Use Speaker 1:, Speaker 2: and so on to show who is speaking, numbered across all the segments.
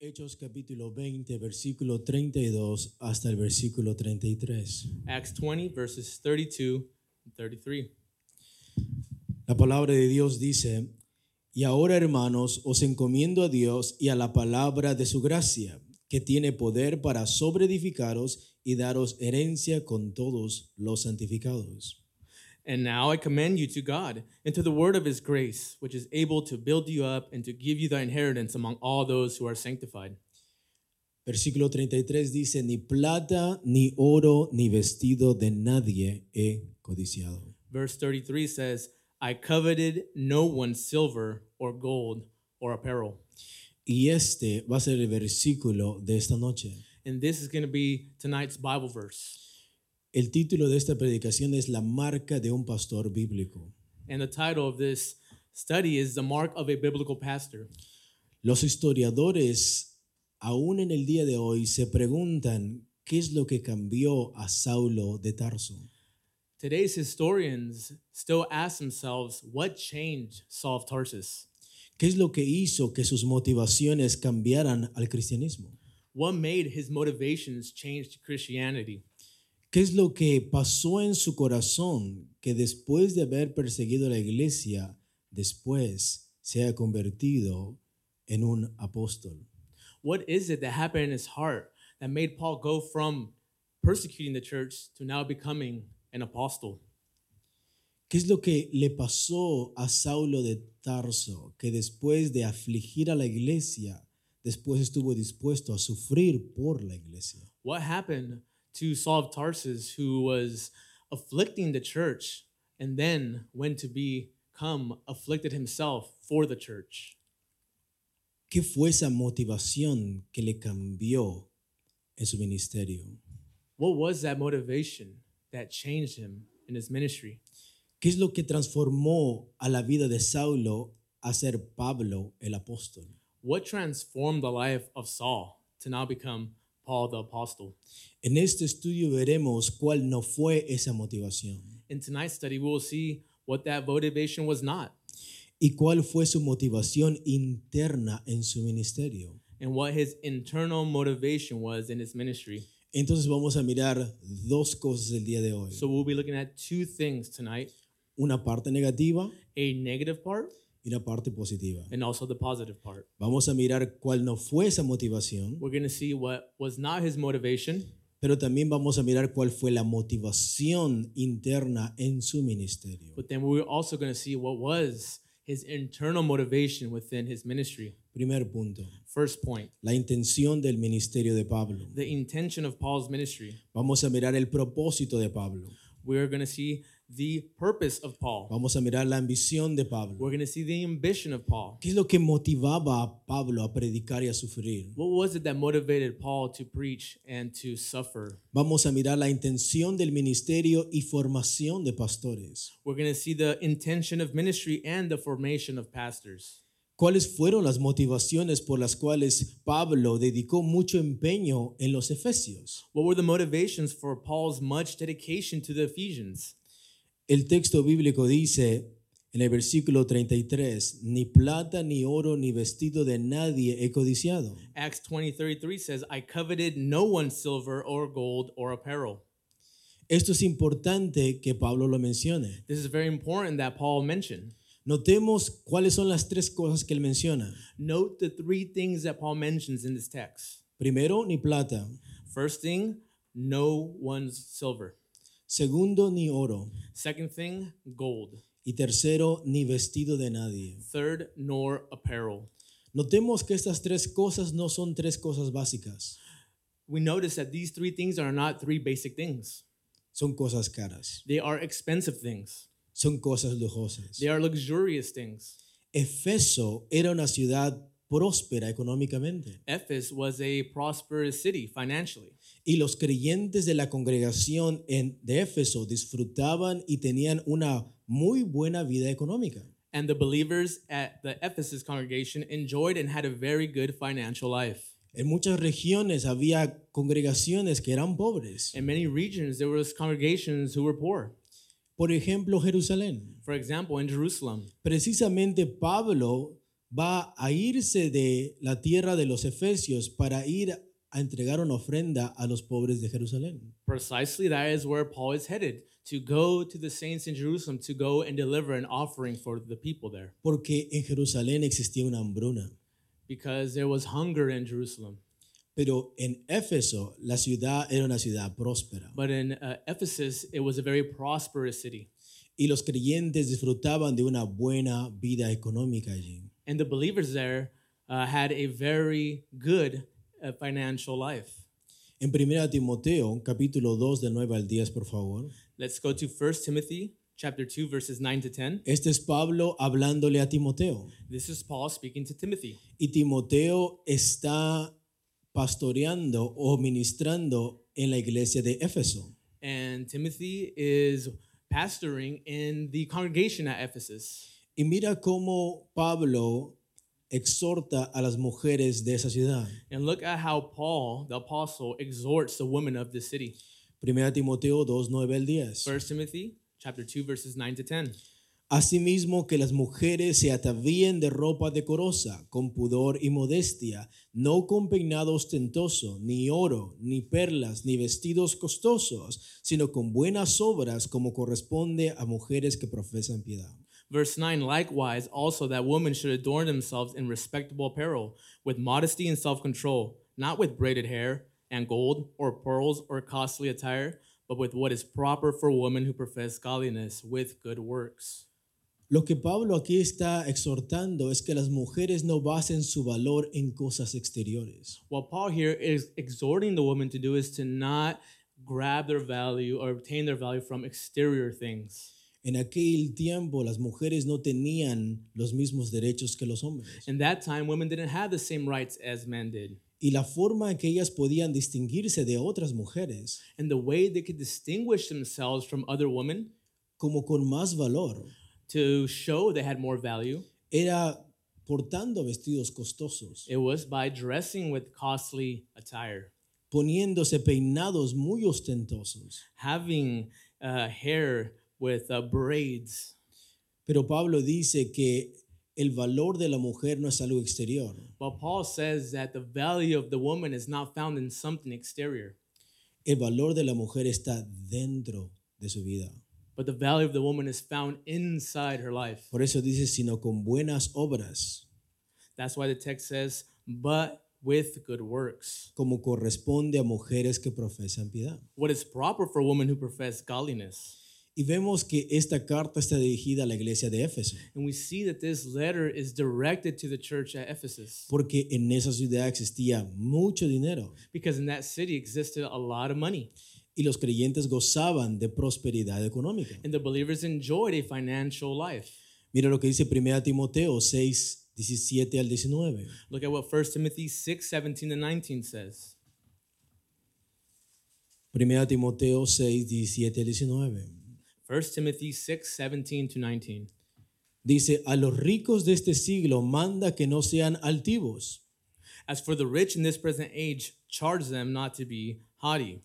Speaker 1: Hechos capítulo 20, versículo 32 hasta el versículo 33.
Speaker 2: Acts 20, verses 32 and 33.
Speaker 1: La palabra de Dios dice, y ahora hermanos, os encomiendo a Dios y a la palabra de su gracia, que tiene poder para sobreedificaros y daros herencia con todos los santificados.
Speaker 2: And now I commend you to God and to the word of his grace, which is able to build you up and to give you the inheritance among all those who are sanctified.
Speaker 1: Versículo 33 dice, ni plata, ni oro, ni vestido de nadie he codiciado,
Speaker 2: Verse 33 says, I coveted no one's silver or gold or apparel.
Speaker 1: Y este va a ser el versículo de esta noche.
Speaker 2: And this is going to be tonight's Bible verse.
Speaker 1: El título de esta predicación es La marca de un pastor bíblico.
Speaker 2: And the title of this study is The Mark of a Biblical Pastor.
Speaker 1: Los historiadores, aún en el día de hoy, se preguntan qué es lo que cambió a Saulo de Tarso.
Speaker 2: Today's historians still ask themselves, what changed Saul of Tarsus?
Speaker 1: ¿Qué es lo que hizo que sus motivaciones cambiaran al cristianismo?
Speaker 2: What made his motivations change to Christianity?
Speaker 1: ¿Qué es lo que pasó en su corazón que después de haber perseguido la iglesia, después se ha convertido en un apóstol?
Speaker 2: What is it that happened in his heart that made Paul go from persecuting the church to now becoming an apostle?
Speaker 1: ¿Qué es lo que le pasó a Saulo de Tarso que después de afligir a la iglesia, después estuvo dispuesto a sufrir por la iglesia?
Speaker 2: What happened to Saul of Tarsus, who was afflicting the church and then went to become afflicted himself for the church?
Speaker 1: ¿Qué fue esa motivación que le cambió en su ministerio?
Speaker 2: What was that motivation that changed him in his ministry?
Speaker 1: ¿Qué es lo que transformó a la vida de Saulo a ser Pablo el apóstol?
Speaker 2: What transformed the life of Saul to now become Paul the apostle?
Speaker 1: En este estudio veremos cuál no fue esa motivación
Speaker 2: In tonight's study, we will see what that motivation was not.
Speaker 1: y cuál fue su motivación interna en su ministerio.
Speaker 2: and what his internal motivation was in his ministry.
Speaker 1: Entonces vamos a mirar dos cosas el día de hoy.
Speaker 2: So we'll be looking at two things tonight
Speaker 1: una parte negativa
Speaker 2: a negative part
Speaker 1: y una parte positiva.
Speaker 2: and also the positive part.
Speaker 1: Vamos a mirar cuál no fue esa motivación,
Speaker 2: We're going to see what was not his motivation,
Speaker 1: pero también vamos a mirar cuál fue la motivación interna en su ministerio.
Speaker 2: but then we're also going to see what was his internal motivation within his ministry.
Speaker 1: Primer punto,
Speaker 2: First point
Speaker 1: la intención del ministerio de Pablo.
Speaker 2: the intention of Paul's ministry.
Speaker 1: Vamos a mirar el propósito de Pablo.
Speaker 2: We're going to see the purpose of Paul.
Speaker 1: Vamos a mirar la ambición de Pablo.
Speaker 2: We're going to see the ambition of Paul.
Speaker 1: ¿Qué es lo que motivaba a Pablo a predicar y a sufrir?
Speaker 2: What was it that motivated Paul to preach and to suffer?
Speaker 1: Vamos a mirar la intención del ministerio y formación de pastores.
Speaker 2: We're going to see the intention of ministry and the formation of pastors.
Speaker 1: ¿Cuáles fueron las motivaciones por las cuales Pablo dedicó mucho empeño en los Efesios?
Speaker 2: What were the motivations for Paul's much dedication to the Ephesians?
Speaker 1: El texto bíblico dice en el versículo 33, ni plata, ni oro, ni vestido de nadie he codiciado.
Speaker 2: Acts 20 33 says, I coveted no one's silver or gold or apparel.
Speaker 1: Esto es importante que Pablo lo mencione.
Speaker 2: This is very important that Paul mentioned.
Speaker 1: Notemos cuáles son las tres cosas que él menciona.
Speaker 2: Note the three things that Paul mentions in this text.
Speaker 1: Primero, ni plata.
Speaker 2: First thing, no one's silver.
Speaker 1: Segundo, ni oro.
Speaker 2: Second thing, gold.
Speaker 1: Y tercero, ni vestido de nadie.
Speaker 2: Third, nor apparel.
Speaker 1: Notemos que estas tres cosas no son tres cosas básicas,
Speaker 2: We notice that these three things are not three basic things,
Speaker 1: son cosas caras.
Speaker 2: they are expensive things.
Speaker 1: son cosas lujosas.
Speaker 2: They are luxurious things.
Speaker 1: Efeso era una ciudad próspera económicamente
Speaker 2: Ephesus was a prosperous city financially,
Speaker 1: y los creyentes de la congregación en, de Éfeso disfrutaban y tenían una muy buena vida económica.
Speaker 2: and the believers at the Ephesus congregation enjoyed and had a very good financial life.
Speaker 1: En muchas regiones había congregaciones que eran pobres.
Speaker 2: In many regions, there was congregations who were poor.
Speaker 1: Por ejemplo, Jerusalén.
Speaker 2: For example, in Jerusalem,
Speaker 1: Precisamente Pablo va a irse de la tierra de los Efesios para ir a entregar una ofrenda a los pobres de Jerusalén.
Speaker 2: precisely that is where Paul is headed to go to the saints in Jerusalem to go and deliver an offering for the people there
Speaker 1: Porque en Jerusalén existía una hambruna.
Speaker 2: because there was hunger in Jerusalem.
Speaker 1: Pero en Éfeso la ciudad era una ciudad próspera.
Speaker 2: But in uh, Ephesus, it was a very prosperous city,
Speaker 1: Y los creyentes disfrutaban de una buena vida económica allí.
Speaker 2: and the believers there uh, had a very good uh, financial life.
Speaker 1: En 1 Timoteo, capítulo 2, del 9 al 10, por favor.
Speaker 2: Let's go to 1 Timothy chapter 2 verses 9 to 10.
Speaker 1: Este es Pablo hablándole a Timoteo.
Speaker 2: This is Paul speaking to Timothy.
Speaker 1: Y Timoteo está pastoreando o ministrando en la iglesia de Éfeso.
Speaker 2: And Timothy is pastoring in the congregation at Ephesus.
Speaker 1: Y mira cómo Pablo exhorta a las mujeres de esa ciudad.
Speaker 2: And look at how Paul, the apostle, exhorts the women of the city.
Speaker 1: 1 Timoteo 2, 9 al 10.
Speaker 2: 1 Timothy chapter 2 verses 9 to 10.
Speaker 1: Asimismo, que las mujeres se atavíen de ropa decorosa, con pudor y modestia, no con peinado ostentoso, ni oro, ni perlas, ni vestidos costosos, sino con buenas obras como corresponde a mujeres que profesan piedad.
Speaker 2: Verse 9 Likewise, also that women should adorn themselves in respectable apparel, with modesty and self control, not with braided hair and gold or pearls or costly attire, but with what is proper for women who profess godliness with good works.
Speaker 1: Lo que Pablo aquí está exhortando es que las mujeres no basen su valor en cosas exteriores.
Speaker 2: What Paul here is exhorting the women to do is to not grab their value or obtain their value from exterior things.
Speaker 1: En aquel tiempo las mujeres no tenían los mismos derechos que los hombres.
Speaker 2: In that time, women didn't have the same rights as men did.
Speaker 1: y la forma en que ellas podían distinguirse de otras mujeres
Speaker 2: And the way they could distinguish themselves from other women
Speaker 1: como con más valor
Speaker 2: to show they had more value.
Speaker 1: era portando vestidos costosos,
Speaker 2: It was by dressing with costly attire,
Speaker 1: poniéndose peinados muy ostentosos.
Speaker 2: having uh, hair with uh, braids.
Speaker 1: Pero Pablo dice que el valor de la mujer no es algo exterior.
Speaker 2: But Paul says that the value of the woman is not found in something exterior,
Speaker 1: El valor de la mujer está dentro de su vida.
Speaker 2: but the value of the woman is found inside her life.
Speaker 1: Por eso dice, sino con buenas obras,
Speaker 2: That's why the text says, but with good works.
Speaker 1: como corresponde a mujeres que profesan piedad.
Speaker 2: What is proper for women who profess godliness.
Speaker 1: Y vemos que esta carta está dirigida a la iglesia de Éfeso.
Speaker 2: And we see that this letter is directed to the church at Ephesus
Speaker 1: porque en esa ciudad existía mucho dinero
Speaker 2: because in that city existed a lot of money,
Speaker 1: y los creyentes gozaban de prosperidad económica.
Speaker 2: and the believers enjoyed a financial life.
Speaker 1: Mira lo que dice 1 Timoteo 6, 17 al 19.
Speaker 2: Look at what 1 Timothy 6 17 to 19 says.
Speaker 1: 1 Timoteo 6, 17 al 19.
Speaker 2: 1 Timothy 6 17 to 19.
Speaker 1: Dice, a los ricos de este siglo manda que no sean altivos.
Speaker 2: As for the rich in this present age, charge them not to be haughty.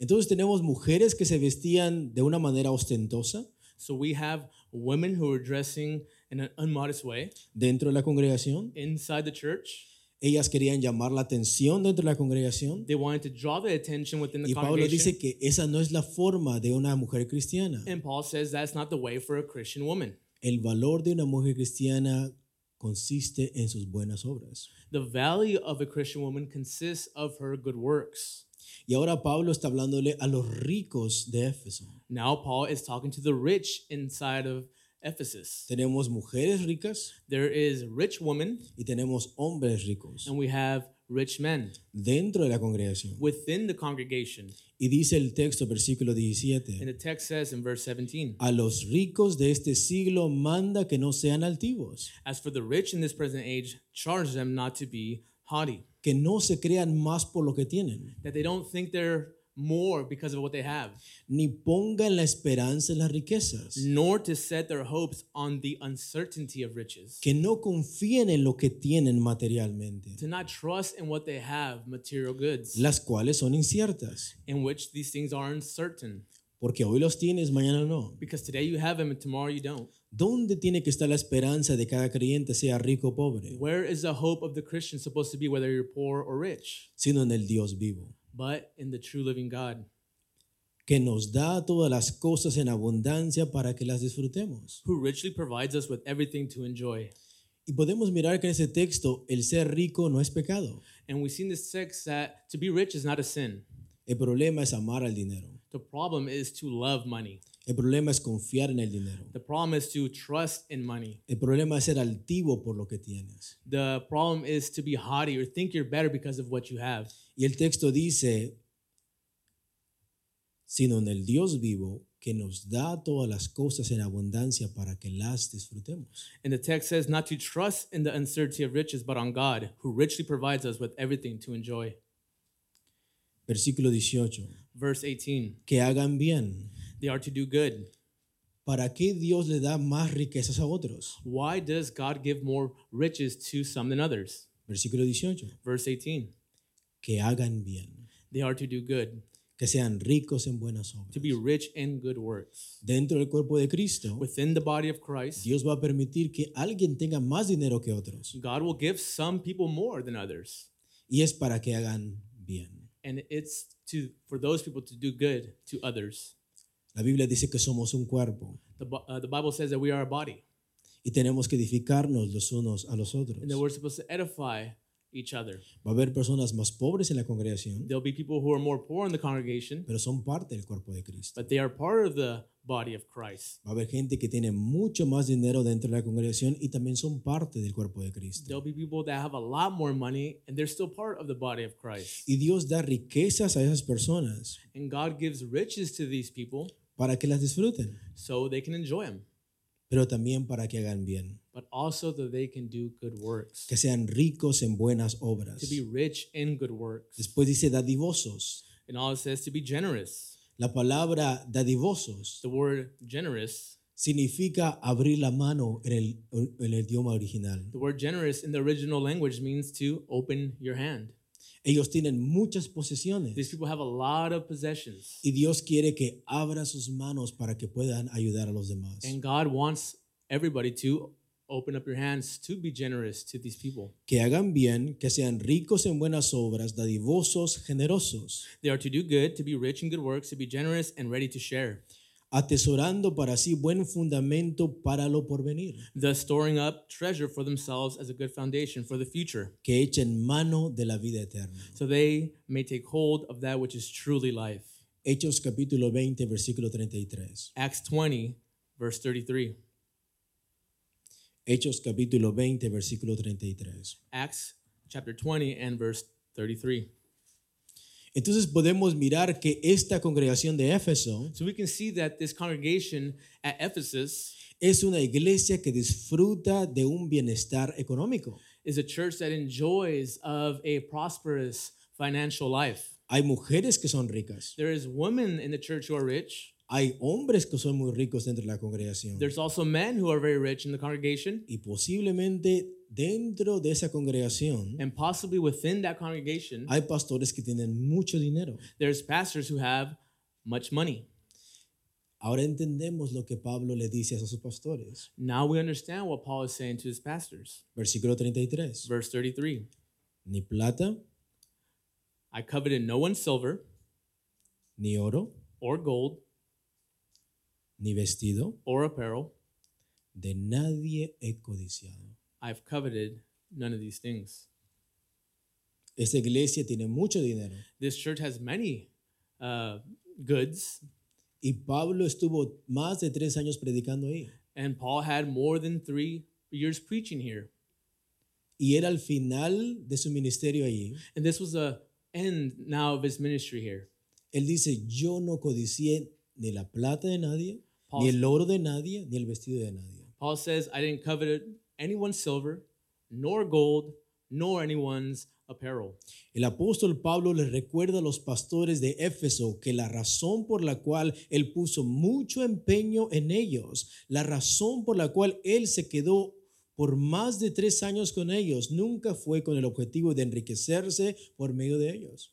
Speaker 1: Entonces tenemos mujeres que se vestían de una manera ostentosa
Speaker 2: So we have women who are dressing in an unmodest way
Speaker 1: dentro de la congregación.
Speaker 2: inside the church.
Speaker 1: Ellas querían llamar la atención dentro de la congregación.
Speaker 2: They wanted to draw the attention within the
Speaker 1: Y Pablo
Speaker 2: congregation.
Speaker 1: dice que esa no es la forma de una mujer cristiana.
Speaker 2: and Paul says that's not the way for a Christian woman.
Speaker 1: El valor de una mujer cristiana consiste en sus buenas obras.
Speaker 2: The value of a Christian woman consists of her good works.
Speaker 1: Y ahora Pablo está hablándole a los ricos de Éfeso.
Speaker 2: Now Paul is talking to the rich inside of Ephesus.
Speaker 1: Tenemos mujeres ricas
Speaker 2: There is rich women
Speaker 1: y tenemos hombres ricos
Speaker 2: and we have rich men
Speaker 1: dentro de la congregación.
Speaker 2: within the congregation.
Speaker 1: Y dice el texto, versículo
Speaker 2: And
Speaker 1: 17,
Speaker 2: the text says in verse 17,
Speaker 1: a los ricos de este siglo manda que no sean altivos,
Speaker 2: as for the rich in this present age, charge them not to be haughty,
Speaker 1: que no se crean más por lo que tienen,
Speaker 2: that they don't think they're more because of what they have,
Speaker 1: ni pongan la esperanza en las riquezas,
Speaker 2: nor to set their hopes on the uncertainty of riches,
Speaker 1: que no confíen en lo que tienen materialmente,
Speaker 2: to not trust in what they have, material goods,
Speaker 1: las cuales son inciertas,
Speaker 2: in which these things are uncertain.
Speaker 1: porque hoy los tienes, mañana no.
Speaker 2: Because today you have them and tomorrow you don't.
Speaker 1: ¿Dónde tiene que estar la esperanza de cada creyente, sea rico o pobre?
Speaker 2: Where is the hope of the Christian supposed to be, whether you're poor or rich?
Speaker 1: Sino en el Dios vivo,
Speaker 2: But in the true living God,
Speaker 1: que nos da todas las cosas en abundancia para que las disfrutemos.
Speaker 2: who richly provides us with everything to enjoy.
Speaker 1: Y podemos mirar que en ese texto el ser rico no es pecado.
Speaker 2: And we see in this text that to be rich is not a sin.
Speaker 1: El problema es amar al dinero.
Speaker 2: The problem is to love money.
Speaker 1: El problema es confiar en el dinero.
Speaker 2: The problem is to trust in money.
Speaker 1: El problema es ser altivo por lo que tienes.
Speaker 2: The problem is to be haughty or think you're better because of what you have.
Speaker 1: Y el texto dice, sino en el Dios vivo que nos da todas las cosas en abundancia para que las disfrutemos.
Speaker 2: And the text says not to trust in the uncertainty of riches, but on God, who richly provides us with everything to enjoy.
Speaker 1: Versículo 18,
Speaker 2: Verse 18
Speaker 1: que hagan bien.
Speaker 2: They are to do good.
Speaker 1: ¿Para qué Dios le da más riquezas a otros?
Speaker 2: Why does God give more riches to some than others?
Speaker 1: Versículo 18,
Speaker 2: Verse 18
Speaker 1: que hagan bien,
Speaker 2: They are to do good,
Speaker 1: que sean ricos en buenas obras.
Speaker 2: to be rich in good works.
Speaker 1: Dentro del cuerpo de Cristo,
Speaker 2: Within the body of Christ,
Speaker 1: Dios va a permitir que alguien tenga más dinero que otros.
Speaker 2: God will give some people more than others.
Speaker 1: Y es para que hagan bien.
Speaker 2: And it's to for those people to do good to others.
Speaker 1: La Biblia dice que somos un cuerpo
Speaker 2: The, Bi- uh, the Bible says that we are a body
Speaker 1: y tenemos que edificarnos los unos a los otros.
Speaker 2: and that we're supposed to edify each other.
Speaker 1: Va a haber personas más pobres en la congregación,
Speaker 2: There'll be people who are more poor in the congregation,
Speaker 1: pero son parte del cuerpo de Cristo.
Speaker 2: but they are part of the body of Christ.
Speaker 1: Va a haber gente que tiene mucho más dinero dentro de la congregación y también son parte del cuerpo de Cristo.
Speaker 2: There'll be people that have a lot more money and they're still part of the body of Christ.
Speaker 1: Y Dios da riquezas a esas personas
Speaker 2: And God gives riches to these people
Speaker 1: para que las disfruten,
Speaker 2: so they can enjoy them,
Speaker 1: pero también para que hagan bien,
Speaker 2: but also that they can do good works,
Speaker 1: que sean ricos en buenas obras.
Speaker 2: to be rich in good works.
Speaker 1: Después dice dadivosos.
Speaker 2: And all it says to be generous.
Speaker 1: La palabra dadivosos
Speaker 2: The word generous
Speaker 1: significa abrir la mano en el, en el idioma original.
Speaker 2: The word generous in the original language means to open your hand.
Speaker 1: Ellos tienen muchas
Speaker 2: These
Speaker 1: posesiones
Speaker 2: people have a lot of possessions,
Speaker 1: y Dios quiere que abra sus manos para que puedan ayudar a los demás.
Speaker 2: and God wants everybody to open up your hands to be generous to these people.
Speaker 1: Que hagan bien, que sean ricos en buenas obras, dadivosos, generosos,
Speaker 2: They are to do good, to be rich in good works, to be generous and ready to share,
Speaker 1: atesorando para sí buen fundamento para lo porvenir.
Speaker 2: thus storing up treasure for themselves as a good foundation for the future,
Speaker 1: Que echen mano de la vida eterna.
Speaker 2: so they may take hold of that which is truly life.
Speaker 1: Hechos capítulo 20, versículo 33.
Speaker 2: Acts 20, verse 33.
Speaker 1: Hechos capítulo 20, versículo 33.
Speaker 2: Acts chapter 20 and verse 33.
Speaker 1: Entonces podemos mirar que esta congregación de Éfeso
Speaker 2: So we can see that this congregation at Ephesus
Speaker 1: es una iglesia que disfruta de un bienestar económico.
Speaker 2: is a church that enjoys of a prosperous financial life.
Speaker 1: Hay mujeres que son ricas,
Speaker 2: There is women in the church who are rich.
Speaker 1: hay hombres que son muy ricos dentro de la congregación
Speaker 2: There's also men who are very rich in the congregation.
Speaker 1: y posiblemente dentro de esa congregación
Speaker 2: And possibly within that congregation,
Speaker 1: hay pastores que tienen mucho dinero.
Speaker 2: there's pastors who have much money.
Speaker 1: Ahora entendemos lo que Pablo le dice a sus pastores.
Speaker 2: Now we understand what Paul is saying to his pastors.
Speaker 1: Versículo 33.
Speaker 2: Verse 33
Speaker 1: Ni plata,
Speaker 2: I coveted no one's silver
Speaker 1: ni oro,
Speaker 2: or gold
Speaker 1: ni vestido,
Speaker 2: or apparel.
Speaker 1: de nadie he codiciado.
Speaker 2: I've coveted none of these things.
Speaker 1: Esta iglesia tiene mucho dinero.
Speaker 2: This church has many uh, goods,
Speaker 1: Y Pablo estuvo más de tres años predicando ahí.
Speaker 2: and Paul had more than three years preaching here.
Speaker 1: Y era al final de su ministerio allí.
Speaker 2: And this was the end now of his ministry here.
Speaker 1: Él dice, yo no codicié ni la plata de nadie, ni
Speaker 2: Paul,
Speaker 1: el oro de nadie, ni el vestido de nadie.
Speaker 2: Paul says, I didn't covet anyone's silver, nor gold, nor anyone's apparel.
Speaker 1: El apóstol Pablo les recuerda a los pastores de Éfeso que la razón por la cual él puso mucho empeño en ellos, la razón por la cual él se quedó por más de tres años con ellos, nunca fue con el objetivo de enriquecerse por medio de ellos.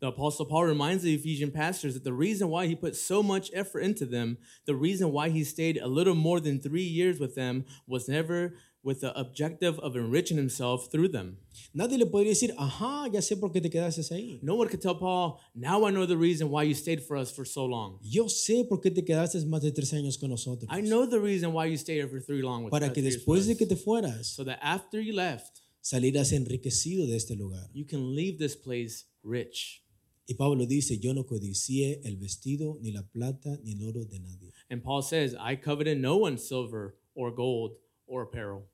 Speaker 2: The Apostle Paul reminds the Ephesian pastors that the reason why he put so much effort into them, the reason why he stayed a little more than three years with them, was never with the objective of enriching himself through them.
Speaker 1: Nadie le podría decir, ajá, ya sé por qué te quedaste ahí.
Speaker 2: No one could tell Paul, now I know the reason why you stayed for us for so long.
Speaker 1: Yo sé por qué te quedaste más de tres años con nosotros.
Speaker 2: I know the reason why you stayed here for three long with
Speaker 1: Para
Speaker 2: us,
Speaker 1: que
Speaker 2: years
Speaker 1: después
Speaker 2: with
Speaker 1: de
Speaker 2: us."
Speaker 1: que te fueras,
Speaker 2: so that after you left,
Speaker 1: salieras enriquecido de este lugar.
Speaker 2: you can leave this place rich.
Speaker 1: Y Pablo dice, yo no codicié el vestido, ni la plata, ni el oro de nadie.
Speaker 2: And Paul says, I coveted no one's silver or gold or apparel.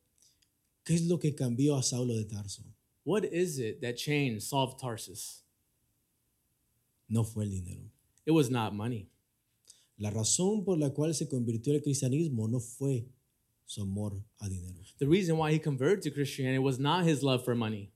Speaker 1: ¿Qué es lo que cambió a Saulo de Tarso?
Speaker 2: What is it that changed Saul of Tarsus?
Speaker 1: No fue el dinero.
Speaker 2: It was not money.
Speaker 1: La razón por la cual se convirtió al cristianismo no fue su amor a dinero.
Speaker 2: The reason why he converted to Christianity was not his love for money.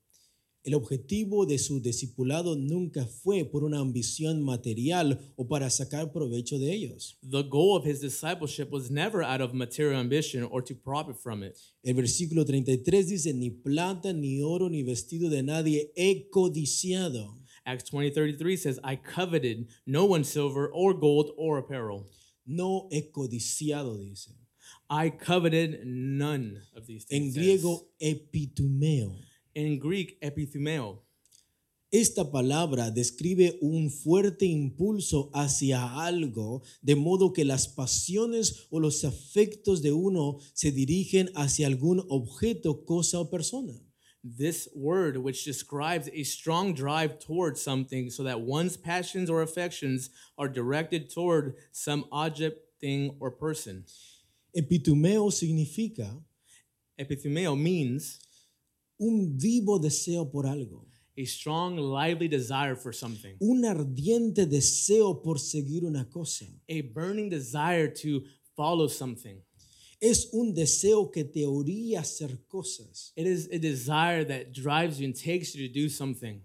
Speaker 1: El objetivo de su discipulado nunca fue por una ambición material o para sacar provecho de ellos.
Speaker 2: The goal of his discipleship was never out of material ambition or to profit from it.
Speaker 1: El versículo 33 dice, ni plata, ni oro, ni vestido de nadie he codiciado.
Speaker 2: Acts 20 33 says, I coveted no one's silver or gold or apparel.
Speaker 1: No he codiciado, dice.
Speaker 2: I coveted none of these
Speaker 1: En
Speaker 2: things. it says.
Speaker 1: griego, epitumeo.
Speaker 2: In Greek, epithumeo.
Speaker 1: Esta palabra describe un fuerte impulso hacia algo, de modo que las pasiones o los afectos de uno se dirigen hacia algún objeto, cosa o persona.
Speaker 2: This word, which describes a strong drive towards something, so that one's passions or affections are directed toward some object, thing, or person.
Speaker 1: Epitumeo significa
Speaker 2: Epithumeo means
Speaker 1: un vivo deseo por algo,
Speaker 2: a strong, lively desire for something,
Speaker 1: un ardiente deseo por seguir una cosa.
Speaker 2: a burning desire to follow something.
Speaker 1: Es un deseo que te orilla a hacer cosas.
Speaker 2: It is a desire that drives you and takes you to do something.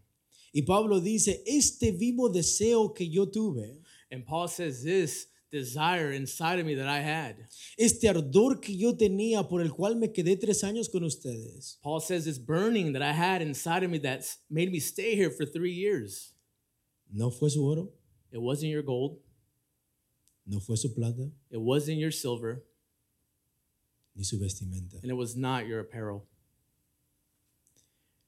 Speaker 1: Y Pablo dice, este vivo deseo que yo tuve,
Speaker 2: And Paul says this desire inside of me that I had.
Speaker 1: este ardor que yo tenía por el cual me quedé tres años con ustedes,
Speaker 2: Paul says this burning that I had inside of me that's made me stay here for three years.
Speaker 1: no fue su oro,
Speaker 2: It wasn't your gold,
Speaker 1: no fue su plata,
Speaker 2: it wasn't your silver,
Speaker 1: ni su vestimenta.
Speaker 2: and it was not your apparel.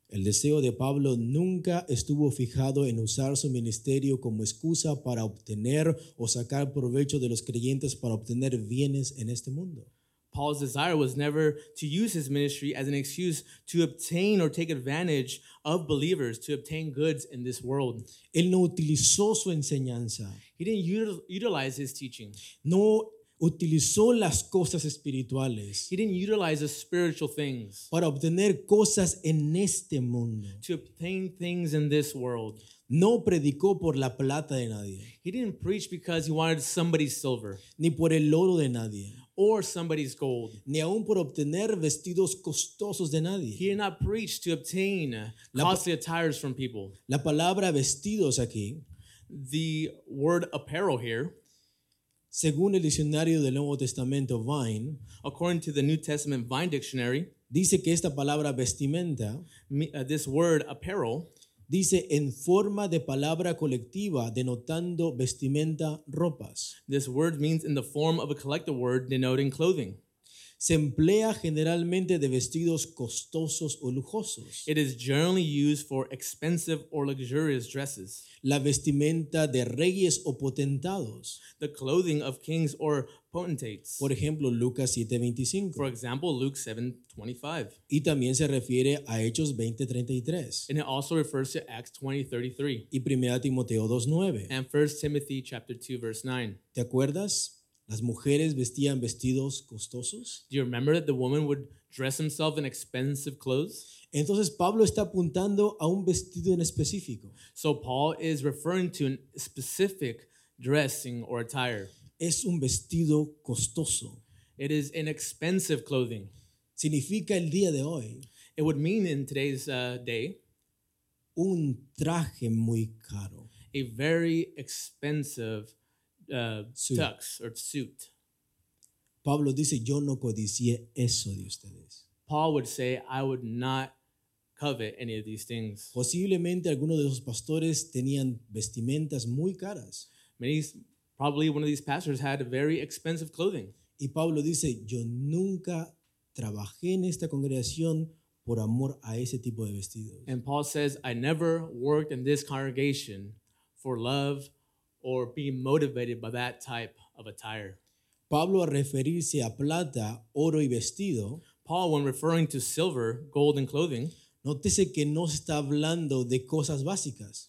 Speaker 1: El deseo de Pablo nunca estuvo fijado en usar su ministerio como excusa para obtener o sacar provecho de los creyentes para obtener bienes en este mundo.
Speaker 2: Paul's desire was never to use his ministry as an excuse to obtain or take advantage of believers to obtain goods in this world.
Speaker 1: Él no utilizó su enseñanza,
Speaker 2: He didn't util- utilize his teaching,
Speaker 1: no utilizó las cosas espirituales
Speaker 2: he didn't utilize the spiritual things
Speaker 1: para obtener cosas en este mundo.
Speaker 2: to obtain things in this world.
Speaker 1: No predicó por la plata de nadie.
Speaker 2: He didn't preach because he wanted somebody's silver
Speaker 1: ni por el oro de nadie,
Speaker 2: or somebody's gold.
Speaker 1: ni aun por obtener vestidos costosos de
Speaker 2: He
Speaker 1: nadie.
Speaker 2: did not preach to obtain
Speaker 1: La-
Speaker 2: costly attires from people.
Speaker 1: La palabra vestidos aquí,
Speaker 2: The word apparel here,
Speaker 1: según el diccionario del Nuevo Testamento Vine,
Speaker 2: according to the New Testament Vine Dictionary,
Speaker 1: dice que esta palabra vestimenta
Speaker 2: me- uh, this word apparel
Speaker 1: dice en forma de palabra colectiva denotando vestimenta, ropas.
Speaker 2: This word means in the form of a collective word denoting clothing.
Speaker 1: Se emplea generalmente de vestidos costosos o lujosos.
Speaker 2: It is generally used for expensive or luxurious dresses,
Speaker 1: La vestimenta de reyes o potentados.
Speaker 2: the clothing of kings or potentates.
Speaker 1: Por ejemplo, Lucas
Speaker 2: For
Speaker 1: 7:25.
Speaker 2: example, Luke 7:25.
Speaker 1: Y también se refiere a Hechos 20:33.
Speaker 2: And it also refers to Acts 20:33
Speaker 1: y 1 Timoteo 2.9.
Speaker 2: and 1 Timothy chapter 2 verse 9.
Speaker 1: ¿Te acuerdas? Las mujeres vestían vestidos costosos.
Speaker 2: Do you remember that the woman would dress himself in expensive clothes?
Speaker 1: Entonces Pablo está apuntando a un vestido en específico.
Speaker 2: So Paul is referring to a specific dressing or attire.
Speaker 1: Es un vestido costoso.
Speaker 2: It is an expensive clothing.
Speaker 1: Significa el día de hoy
Speaker 2: It would mean in today's uh, day
Speaker 1: un traje muy caro.
Speaker 2: a very expensive uh,
Speaker 1: Suit.
Speaker 2: tux or suit.
Speaker 1: Pablo dice, yo no codicié eso de ustedes.
Speaker 2: Paul would say, I would not covet any of these things.
Speaker 1: Posiblemente algunos de los pastores tenían vestimentas muy caras.
Speaker 2: Many, probably one of these pastors had very expensive clothing.
Speaker 1: Y Pablo dice, yo nunca trabajé en esta congregación por amor a ese tipo de vestidos.
Speaker 2: And Paul says, I never worked in this congregation for love or being motivated by that type of attire.
Speaker 1: Pablo al referirse a plata, oro y vestido,
Speaker 2: Paul, when referring to silver, gold, and clothing,
Speaker 1: nótese que no está hablando de cosas básicas.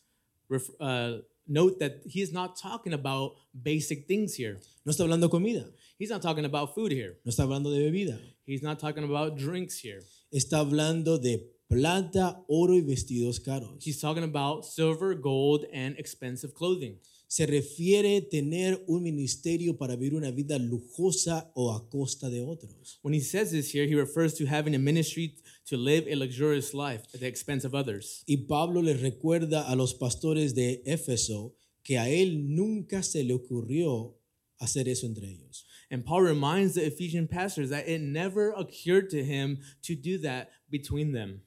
Speaker 2: ref- uh, note that he is not talking about basic things here.
Speaker 1: No está hablando de comida,
Speaker 2: He's not talking about food here.
Speaker 1: no está hablando de bebida.
Speaker 2: He's not talking about drinks here.
Speaker 1: Está hablando de plata, oro y vestidos caros.
Speaker 2: He's talking about silver, gold, and expensive clothing.
Speaker 1: Se refiere tener un ministerio para vivir una vida lujosa o a costa de otros.
Speaker 2: When he says this here, he refers to having a ministry to live a luxurious life at the expense of others.
Speaker 1: Y Pablo les recuerda a los pastores de Éfeso que a él nunca se le ocurrió hacer eso entre ellos.
Speaker 2: And Paul reminds the Ephesian pastors that it never occurred to him to do that between them.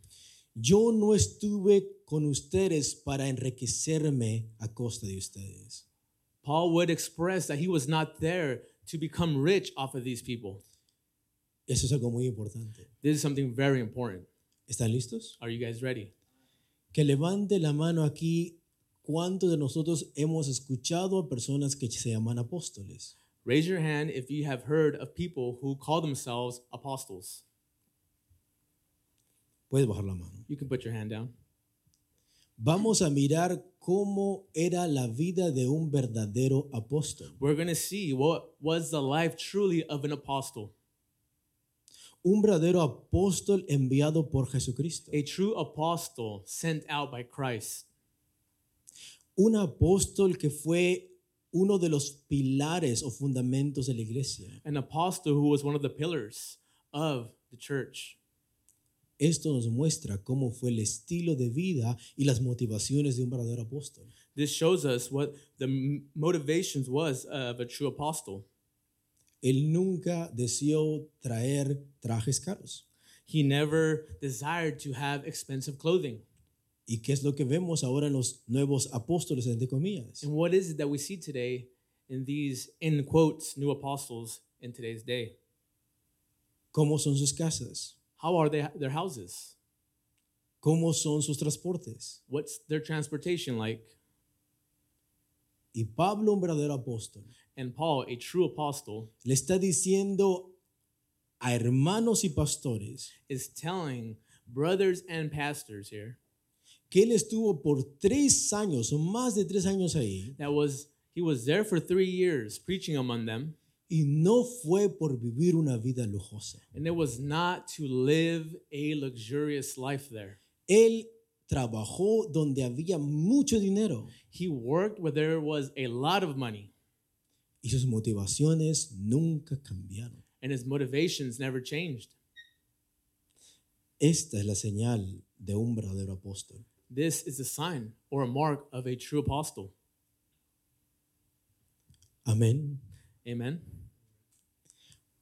Speaker 1: Yo no estuve con ustedes para enriquecerme a costa de ustedes.
Speaker 2: Paul would express that he was not there to become rich off of these people.
Speaker 1: Eso es algo muy importante.
Speaker 2: This is something very important.
Speaker 1: ¿Están listos?
Speaker 2: Are you guys ready?
Speaker 1: Que levante la mano aquí cuántos de nosotros hemos escuchado a personas que se llaman apóstoles.
Speaker 2: Raise your hand if you have heard of people who call themselves apostles.
Speaker 1: Puedes bajar la mano.
Speaker 2: You can put your hand down.
Speaker 1: Vamos a mirar cómo era la vida de un verdadero apóstol.
Speaker 2: We're going to see what was the life truly of an apostle,
Speaker 1: Un verdadero apóstol enviado por Jesucristo.
Speaker 2: a true apostle sent out by Christ,
Speaker 1: Un apóstol que fue uno de los pilares o fundamentos de la iglesia.
Speaker 2: an apostle who was one of the pillars of the church.
Speaker 1: Esto nos muestra cómo fue el estilo de vida y las motivaciones de un verdadero apóstol.
Speaker 2: This shows us what the m- motivations was of a true apostle.
Speaker 1: Él nunca deseó traer trajes caros.
Speaker 2: He never desired to have expensive clothing.
Speaker 1: ¿Y qué es lo que vemos ahora en los nuevos apóstoles, entre comillas?
Speaker 2: And what is it that we see today in these, in quotes, new apostles in today's day?
Speaker 1: ¿Cómo son sus casas?
Speaker 2: How are they, their houses?
Speaker 1: ¿Cómo son sus transportes?
Speaker 2: What's their transportation like?
Speaker 1: Y Pablo, un verdadero apóstol,
Speaker 2: And Paul, a true apostle,
Speaker 1: le está diciendo a hermanos y pastores
Speaker 2: is telling brothers and pastors here
Speaker 1: que él estuvo por tres años o más de tres años ahí
Speaker 2: that was he was there for three years preaching among them,
Speaker 1: y no fue por vivir una vida lujosa.
Speaker 2: and it was not to live a luxurious life there.
Speaker 1: Él trabajó donde había mucho dinero
Speaker 2: He worked where there was a lot of money,
Speaker 1: y sus motivaciones nunca cambiaron.
Speaker 2: and his motivations never changed.
Speaker 1: Esta es la señal de un verdadero apóstol.
Speaker 2: This is a sign or a mark of a true apostle.
Speaker 1: Amén.
Speaker 2: Amen.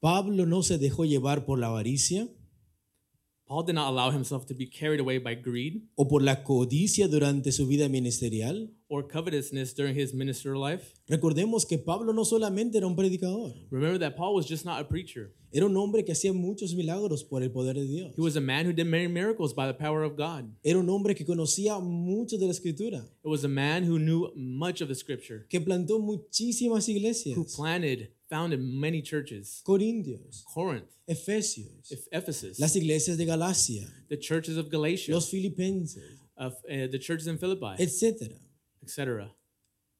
Speaker 1: Pablo no se dejó llevar por la avaricia
Speaker 2: Paul did not allow himself to be carried away by greed
Speaker 1: o por la codicia durante su vida ministerial.
Speaker 2: or covetousness during his ministerial life.
Speaker 1: Recordemos que Pablo no solamente era un predicador,
Speaker 2: Remember that Paul was just not a preacher.
Speaker 1: era un hombre que hacía muchos milagros por el poder de Dios.
Speaker 2: He was a man who did many miracles by the power of God.
Speaker 1: Era un hombre que conocía mucho de la escritura,
Speaker 2: It was a man who knew much of the scripture,
Speaker 1: que plantó muchísimas iglesias.
Speaker 2: who planted, founded many churches.
Speaker 1: Corintios,
Speaker 2: Corinth,
Speaker 1: Efesios,
Speaker 2: Eph- Ephesus,
Speaker 1: las iglesias de Galacia,
Speaker 2: the churches of Galatia,
Speaker 1: los filipenses,
Speaker 2: of, uh, the churches in Philippi,
Speaker 1: etc.
Speaker 2: etc.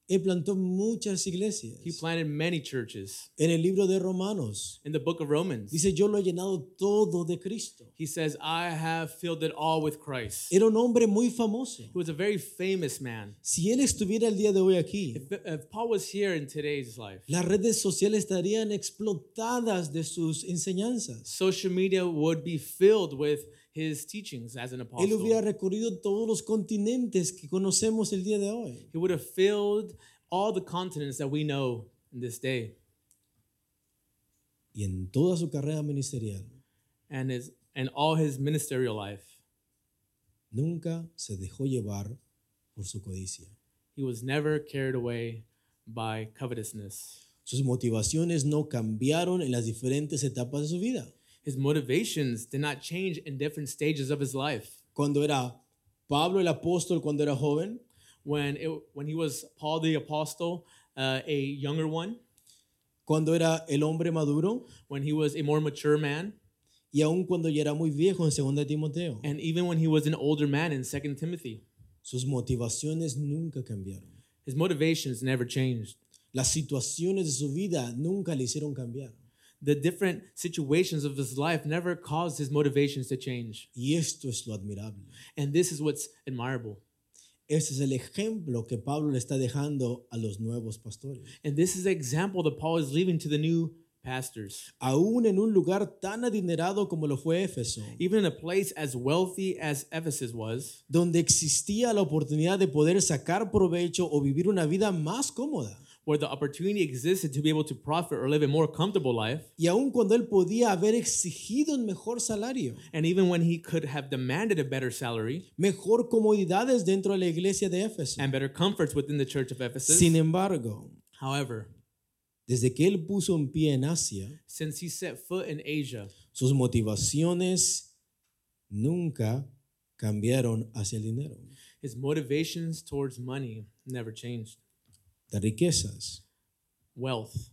Speaker 1: Él plantó muchas iglesias.
Speaker 2: He planted many churches.
Speaker 1: En el libro de Romanos
Speaker 2: In the book of Romans,
Speaker 1: dice, yo lo he llenado todo de Cristo.
Speaker 2: he says, I have filled it all with Christ.
Speaker 1: Era un hombre muy famoso.
Speaker 2: He was a very famous man.
Speaker 1: Si él estuviera el día de hoy aquí,
Speaker 2: If, if Paul was here in today's life,
Speaker 1: las redes sociales estarían explotadas de sus enseñanzas.
Speaker 2: social media would be filled with his teachings as an
Speaker 1: Él hubiera
Speaker 2: apostle.
Speaker 1: recorrido todos los continentes que conocemos el día de hoy.
Speaker 2: He would have filled all the continents that we know in this day.
Speaker 1: Y en toda su carrera ministerial,
Speaker 2: and his and all his ministerial life.
Speaker 1: nunca se dejó llevar por su codicia.
Speaker 2: He was never carried away by covetousness.
Speaker 1: Sus motivaciones no cambiaron en las diferentes etapas de su vida.
Speaker 2: His motivations did not change in different stages of his life.
Speaker 1: Cuando era Pablo el apóstol, cuando era joven,
Speaker 2: When it, when he was Paul the apostle, uh, a younger one,
Speaker 1: cuando era el hombre maduro
Speaker 2: when he was a more mature man,
Speaker 1: y aun cuando ya era muy viejo en 2 de Timoteo.
Speaker 2: and even when he was an older man in Second Timothy,
Speaker 1: Sus motivaciones nunca cambiaron.
Speaker 2: his motivations never changed.
Speaker 1: Las situaciones de su vida nunca le hicieron cambiar.
Speaker 2: The different situations of his life never caused his motivations to change,
Speaker 1: Y esto es lo admirable.
Speaker 2: and this is what's admirable.
Speaker 1: Este es el ejemplo que Pablo le está dejando a los nuevos pastores.
Speaker 2: And this is the example that Paul is leaving to the new pastors.
Speaker 1: Aún en un lugar tan adinerado como lo fue Éfeso,
Speaker 2: Even in a place as wealthy as Ephesus was,
Speaker 1: donde existía la oportunidad de poder sacar provecho o vivir una vida más cómoda.
Speaker 2: where the opportunity existed to be able to profit or live a more comfortable life,
Speaker 1: Y aun cuando él podía haber exigido un mejor salario,
Speaker 2: and even when he could have demanded a better salary
Speaker 1: mejor comodidades dentro de la iglesia de Éfeso.
Speaker 2: and better comforts within the church of Ephesus.
Speaker 1: Sin embargo,
Speaker 2: However,
Speaker 1: desde que él puso en pie en Asia,
Speaker 2: since he set foot in Asia,
Speaker 1: sus motivaciones nunca cambiaron hacia el dinero.
Speaker 2: his motivations towards money never changed.
Speaker 1: Las riquezas
Speaker 2: Wealth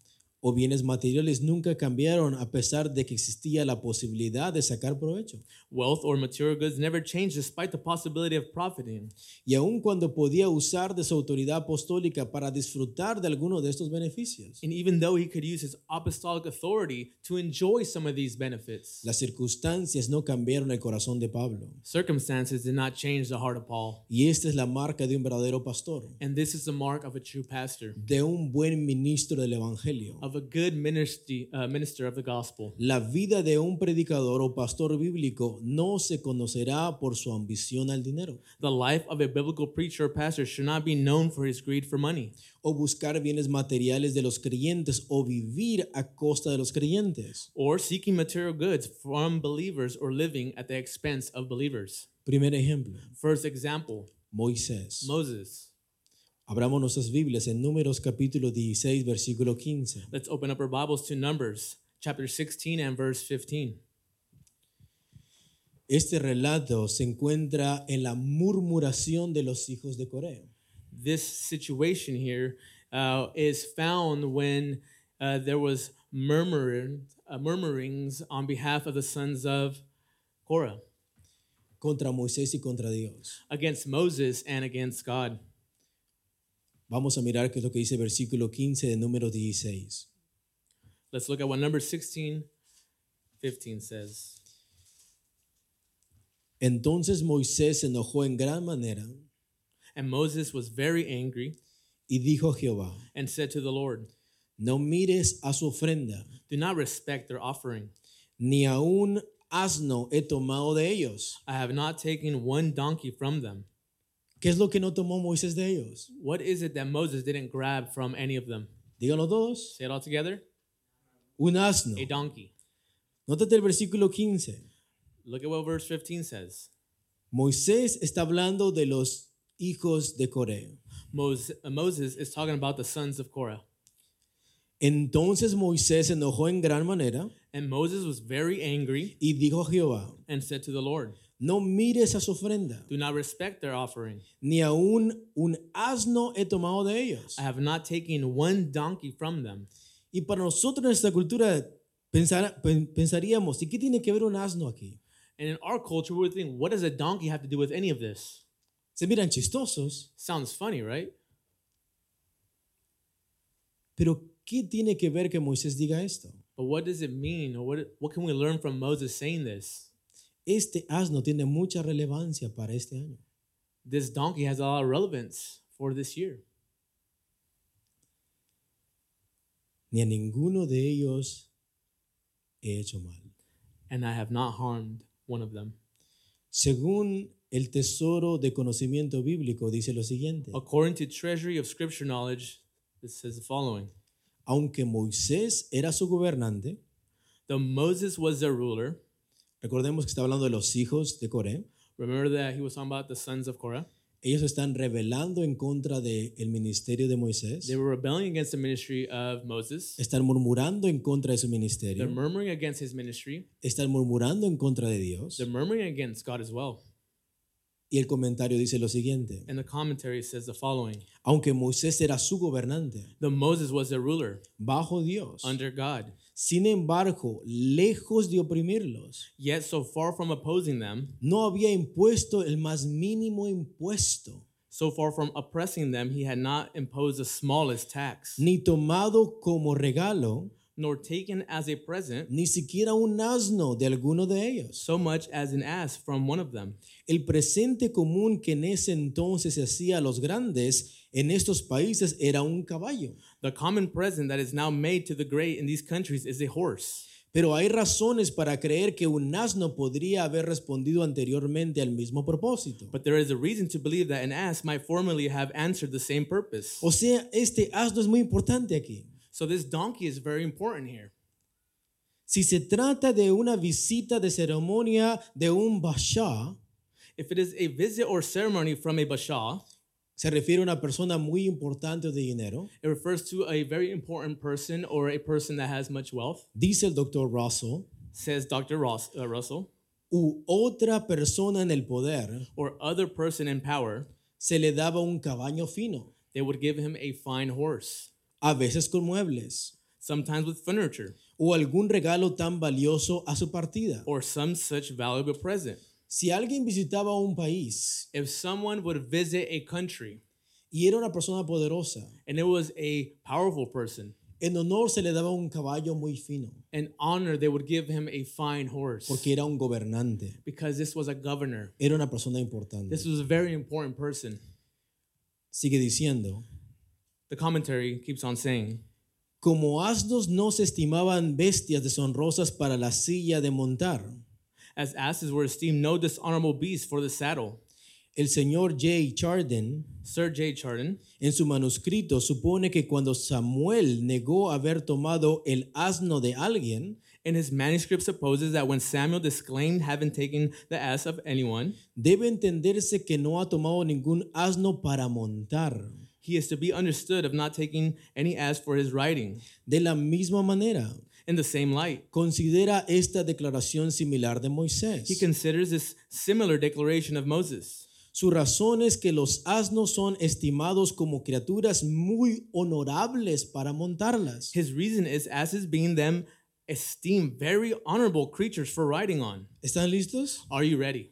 Speaker 1: o bienes materiales nunca cambiaron a pesar de que existía la posibilidad de sacar provecho.
Speaker 2: Wealth or material goods never changed despite the possibility of profiting.
Speaker 1: Y aun cuando podía usar de su autoridad apostólica para disfrutar de alguno de estos beneficios,
Speaker 2: And even though he could use his apostolic authority to enjoy some of these benefits,
Speaker 1: las circunstancias no cambiaron el corazón de Pablo.
Speaker 2: circumstances did not change the heart of Paul.
Speaker 1: Y esta es la marca de un verdadero pastor,
Speaker 2: And this is the mark of a true pastor,
Speaker 1: de un buen ministro del Evangelio.
Speaker 2: of a good ministry, uh, minister of the gospel.
Speaker 1: La vida de un predicador o pastor bíblico no se conocerá por su ambición al dinero
Speaker 2: The life of a biblical preacher or pastor should not be known for his greed for money
Speaker 1: o buscar bienes materiales de los creyentes o vivir a costa de los creyentes.
Speaker 2: or seeking material goods from believers or living at the expense of believers.
Speaker 1: Primer ejemplo,
Speaker 2: First example
Speaker 1: Moisés.
Speaker 2: Moses.
Speaker 1: Abramos nuestras Biblias en Números capítulo 16, versículo 15.
Speaker 2: Let's open up our Bibles to Numbers chapter 16 and verse 15.
Speaker 1: Este relato se encuentra en la murmuración de los hijos de Coré.
Speaker 2: this situation here uh, is found when uh, there was murmuring, uh, murmurings on behalf of the sons of Korah
Speaker 1: contra Moisés y contra Dios.
Speaker 2: against Moses and against God.
Speaker 1: Vamos a mirar qué es lo que dice versículo 15 de Números 16.
Speaker 2: Let's look at what number 16, 15 says.
Speaker 1: Entonces Moisés se enojó en gran manera
Speaker 2: And Moses was very angry
Speaker 1: y dijo a Jehová,
Speaker 2: and said to the Lord,
Speaker 1: no mires a su ofrenda,
Speaker 2: Do not respect their offering.
Speaker 1: ni a un asno he tomado de ellos.
Speaker 2: I have not taken one donkey from them.
Speaker 1: ¿Qué es lo que no tomó Moisés de ellos?
Speaker 2: What is it that Moses didn't grab from any of them?
Speaker 1: Díganlo todos.
Speaker 2: Say it all together
Speaker 1: Un asno.
Speaker 2: a donkey.
Speaker 1: Nótate el versículo 15.
Speaker 2: Look at what verse 15 says.
Speaker 1: Moisés está hablando de los hijos de Coré.
Speaker 2: Moses, Moses is talking about the sons of Korah.
Speaker 1: Entonces Moisés se enojó en gran manera
Speaker 2: And Moses was very angry
Speaker 1: y dijo a Jehová,
Speaker 2: and said to the Lord,
Speaker 1: no mires a su ofrenda.
Speaker 2: Do not respect their offering.
Speaker 1: ni aún un asno he tomado de ellos.
Speaker 2: I have not taken one donkey from them.
Speaker 1: Y para nosotros en esta cultura pensar- pen- pensaríamos, ¿y qué tiene que ver un asno aquí?
Speaker 2: And in our culture, we would think, what does a donkey have to do with any of this?
Speaker 1: Se miran chistosos,
Speaker 2: Sounds funny, right?
Speaker 1: pero ¿qué tiene que ver que Moisés diga esto?
Speaker 2: But what does it mean? Or what, what can we learn from Moses saying this?
Speaker 1: Este asno tiene mucha relevancia para este año.
Speaker 2: This donkey has a lot of relevance for this year.
Speaker 1: Ni a ninguno de ellos he hecho mal.
Speaker 2: And I have not harmed one of them.
Speaker 1: Según el tesoro de conocimiento bíblico dice lo siguiente,
Speaker 2: According to Treasury of Scripture Knowledge, it says the following
Speaker 1: aunque Moisés era su gobernante,
Speaker 2: Though Moses was their ruler,
Speaker 1: recordemos que está hablando de los hijos de Coré,
Speaker 2: remember that he was talking about the sons of Korah?
Speaker 1: ellos están rebelando en contra del ministerio de Moisés,
Speaker 2: They were rebelling against the ministry of Moses.
Speaker 1: están murmurando en contra de su
Speaker 2: They're
Speaker 1: ministerio,
Speaker 2: murmuring against his ministry.
Speaker 1: están murmurando en contra de Dios.
Speaker 2: They're murmuring against God as well.
Speaker 1: Y el comentario dice lo siguiente,
Speaker 2: And the commentary says the following
Speaker 1: aunque Moisés era su gobernante,
Speaker 2: Though Moses was their ruler
Speaker 1: bajo Dios,
Speaker 2: under God,
Speaker 1: sin embargo, lejos de oprimirlos,
Speaker 2: yet so far from opposing them,
Speaker 1: no había impuesto el más mínimo impuesto,
Speaker 2: so far from oppressing them, he had not imposed the smallest tax,
Speaker 1: ni tomado como regalo
Speaker 2: nor taken as a present
Speaker 1: ni siquiera un asno de alguno de ellos.
Speaker 2: so much as an ass from one of them.
Speaker 1: El presente común que en ese entonces se hacía a los grandes en estos países era un caballo.
Speaker 2: The common present that is now made to the great in these countries is a horse.
Speaker 1: Pero hay razones para creer que un asno podría haber respondido anteriormente al mismo propósito.
Speaker 2: But there is a reason to believe that an ass might formerly have answered the same purpose.
Speaker 1: O sea, este asno es muy importante aquí.
Speaker 2: So this donkey is very important here.
Speaker 1: Si se trata de una visita de ceremonia de un basha,
Speaker 2: If it is a visit or ceremony from a bashaw,
Speaker 1: se refiere a una persona muy importante de dinero,
Speaker 2: it refers to a very important person or a person that has much wealth,
Speaker 1: dice el doctor Russell,
Speaker 2: says Dr. Ross, uh, Russell,
Speaker 1: u otra persona en el poder,
Speaker 2: or other person in power,
Speaker 1: se le daba un caballo fino,
Speaker 2: they would give him a fine horse,
Speaker 1: a veces con muebles,
Speaker 2: sometimes with furniture
Speaker 1: o algún regalo tan valioso a su partida.
Speaker 2: or some such valuable present.
Speaker 1: Si alguien visitaba un país
Speaker 2: If someone would visit a country
Speaker 1: y era una persona poderosa,
Speaker 2: and it was a powerful person,
Speaker 1: en honor se le daba un caballo muy fino,
Speaker 2: in honor they would give him a fine horse
Speaker 1: porque era un gobernante,
Speaker 2: because this was a governor.
Speaker 1: era una persona importante.
Speaker 2: This was a very important person.
Speaker 1: Sigue diciendo,
Speaker 2: The commentary keeps on saying,
Speaker 1: como asnos no se estimaban bestias deshonrosas para la silla de montar.
Speaker 2: as asses were esteemed no dishonorable beast for the saddle.
Speaker 1: El señor J. Chardin
Speaker 2: Sir J. Chardin,
Speaker 1: En su manuscrito supone que cuando Samuel negó haber tomado el asno de alguien,
Speaker 2: in his manuscript, supposes that when Samuel disclaimed having taken the ass of anyone,
Speaker 1: debe entenderse que no ha tomado ningún asno para montar.
Speaker 2: he is to be understood of not taking any ass for his riding.
Speaker 1: De la misma manera,
Speaker 2: In the same light,
Speaker 1: considera esta declaración similar de Moisés.
Speaker 2: he considers this similar declaration of Moses.
Speaker 1: Su razón es que los asnos son estimados como criaturas muy honorables para montarlas.
Speaker 2: His reason is asses being them esteemed very honorable creatures for riding on.
Speaker 1: ¿Están listos?
Speaker 2: Are you ready?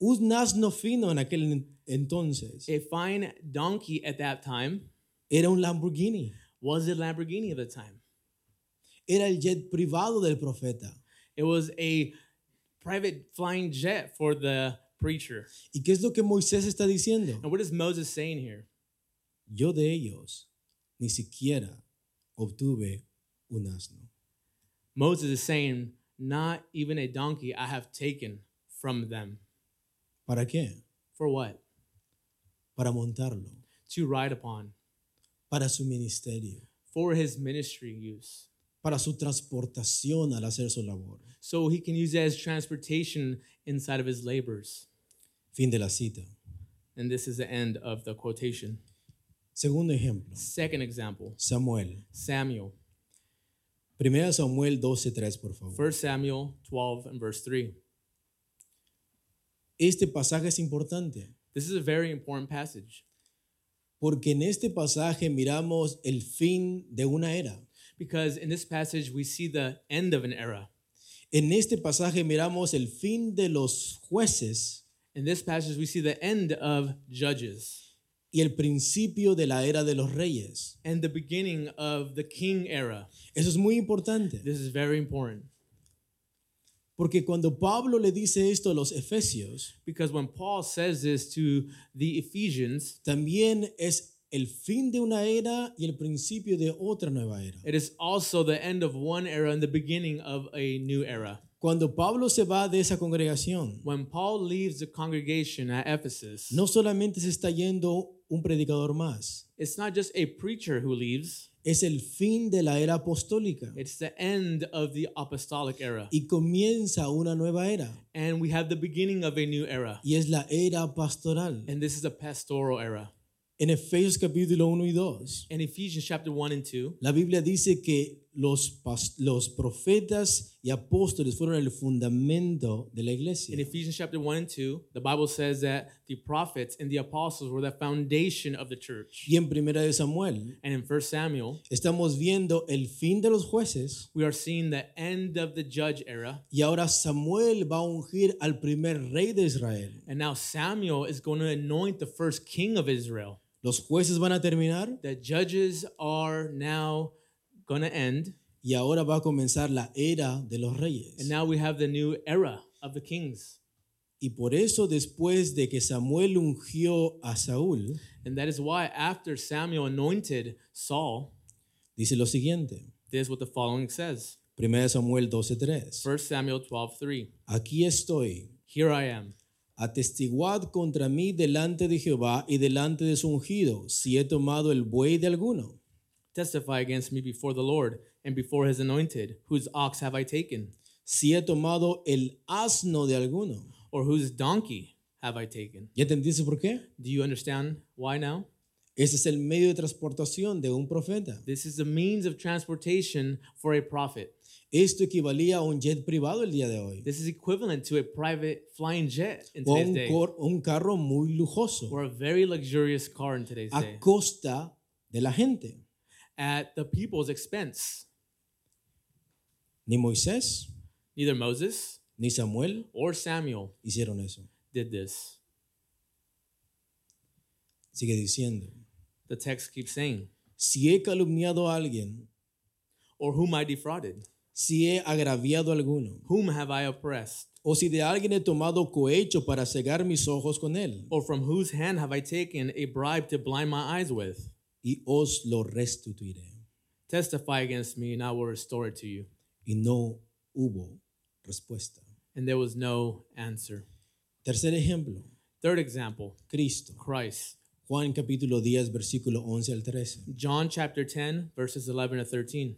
Speaker 1: Un asno fino en aquel en- entonces
Speaker 2: A fine donkey at that time
Speaker 1: era un Lamborghini,
Speaker 2: was a Lamborghini at the time.
Speaker 1: era el jet privado del profeta.
Speaker 2: It was a private flying jet for the preacher.
Speaker 1: ¿Y qué es lo que Moisés está diciendo?
Speaker 2: And what is Moses saying here?
Speaker 1: Yo de ellos ni siquiera obtuve un asno.
Speaker 2: Moses is saying, Not even a donkey I have taken from them.
Speaker 1: ¿Para qué?
Speaker 2: For what?
Speaker 1: Para montarlo,
Speaker 2: To ride upon,
Speaker 1: para su ministerio,
Speaker 2: for his ministry use.
Speaker 1: para su transportación al hacer su labor.
Speaker 2: So he can use it as transportation inside of his labors.
Speaker 1: Fin de la cita.
Speaker 2: And this is the end of the quotation.
Speaker 1: Segundo ejemplo,
Speaker 2: Second example
Speaker 1: Samuel.
Speaker 2: Samuel.
Speaker 1: Primera Samuel 12:3, por favor.
Speaker 2: 1 Samuel 12 and verse 3.
Speaker 1: Este pasaje es importante
Speaker 2: This is a very important passage
Speaker 1: porque en este pasaje miramos el fin de una era.
Speaker 2: because in this passage we see the end of an era.
Speaker 1: En este pasaje miramos el fin de los jueces
Speaker 2: In this passage, we see the end of Judges
Speaker 1: y el principio de la era de los reyes.
Speaker 2: and the beginning of the king era.
Speaker 1: Eso es muy importante,
Speaker 2: This is very important
Speaker 1: porque cuando Pablo le dice esto a los efesios,
Speaker 2: because when Paul says this to the Ephesians,
Speaker 1: también es el fin de una era y el principio de otra nueva era.
Speaker 2: it is also the end of one era and the beginning of a new era.
Speaker 1: Cuando Pablo se va de esa congregación,
Speaker 2: When Paul leaves the congregation at Ephesus,
Speaker 1: no solamente se está yendo un predicador más,
Speaker 2: it's not just a preacher who leaves,
Speaker 1: es el fin de la era apostólica
Speaker 2: it's the end of the apostolic era.
Speaker 1: y comienza una nueva era
Speaker 2: And we have the beginning of a new era.
Speaker 1: y es la era pastoral.
Speaker 2: And this is the pastoral era.
Speaker 1: En Efesios capítulo 1 y 2,
Speaker 2: In Ephesians chapter 1 and 2,
Speaker 1: la Biblia dice que los, pas- los profetas y apóstoles fueron el fundamento de la
Speaker 2: in
Speaker 1: iglesia.
Speaker 2: Ephesians chapter 1 and 2, the Bible says that the prophets and the apostles were the foundation of the church.
Speaker 1: Y en primera de Samuel
Speaker 2: And in 1 Samuel,
Speaker 1: estamos viendo el fin de los jueces
Speaker 2: we are seeing the end of the judge era.
Speaker 1: y ahora Samuel va a ungir al primer rey de Israel.
Speaker 2: And now Samuel is going to anoint the first king of Israel.
Speaker 1: Los jueces van a terminar
Speaker 2: The judges are now going to end.
Speaker 1: y ahora va a comenzar la era de los
Speaker 2: And
Speaker 1: reyes.
Speaker 2: now we have the new era of the kings.
Speaker 1: Y por eso después de que Samuel ungió a Saúl,
Speaker 2: And that is why after Samuel anointed Saul,
Speaker 1: dice lo siguiente.
Speaker 2: this is what the following says.
Speaker 1: 1 Samuel 12:3.
Speaker 2: 1 Samuel 12, 3.
Speaker 1: Aquí estoy
Speaker 2: Here I am.
Speaker 1: Atestiguad contra mí delante de Jehová y delante de su ungido, si he tomado el buey de alguno.
Speaker 2: Testify against me before the Lord and before his anointed. Whose ox have I taken?
Speaker 1: Si he tomado el asno de alguno.
Speaker 2: Or whose donkey have I taken?
Speaker 1: ¿Ya entendiste por qué?
Speaker 2: Do you understand why now?
Speaker 1: Ese es el medio de transportación de un profeta.
Speaker 2: This is the means of transportation for a prophet.
Speaker 1: Esto equivalía a un jet privado el día de hoy.
Speaker 2: This is equivalent to a private flying jet in
Speaker 1: O a
Speaker 2: today's
Speaker 1: un,
Speaker 2: day,
Speaker 1: cor- un carro muy lujoso.
Speaker 2: or a very luxurious car in today's day,
Speaker 1: A costa de la gente.
Speaker 2: at the people's expense.
Speaker 1: Ni Moisés
Speaker 2: Neither Moses
Speaker 1: ni Samuel
Speaker 2: or Samuel
Speaker 1: hicieron eso.
Speaker 2: did this.
Speaker 1: Sigue diciendo.
Speaker 2: The text keeps saying,
Speaker 1: Si he calumniado a alguien,
Speaker 2: or whom I defrauded,
Speaker 1: si he agraviado a alguno,
Speaker 2: whom have I oppressed,
Speaker 1: o si de alguien he tomado cohecho para cegar mis ojos con él,
Speaker 2: or from whose hand have I taken a bribe to blind my eyes with?
Speaker 1: y os lo restituiré.
Speaker 2: Testify against me, and I will restore it to you.
Speaker 1: Y no hubo respuesta.
Speaker 2: And there was no answer.
Speaker 1: Tercer ejemplo,
Speaker 2: Third example
Speaker 1: Cristo.
Speaker 2: Christ.
Speaker 1: Juan capítulo 10, versículo 11 al 13.
Speaker 2: John chapter 10, verses 11 to 13.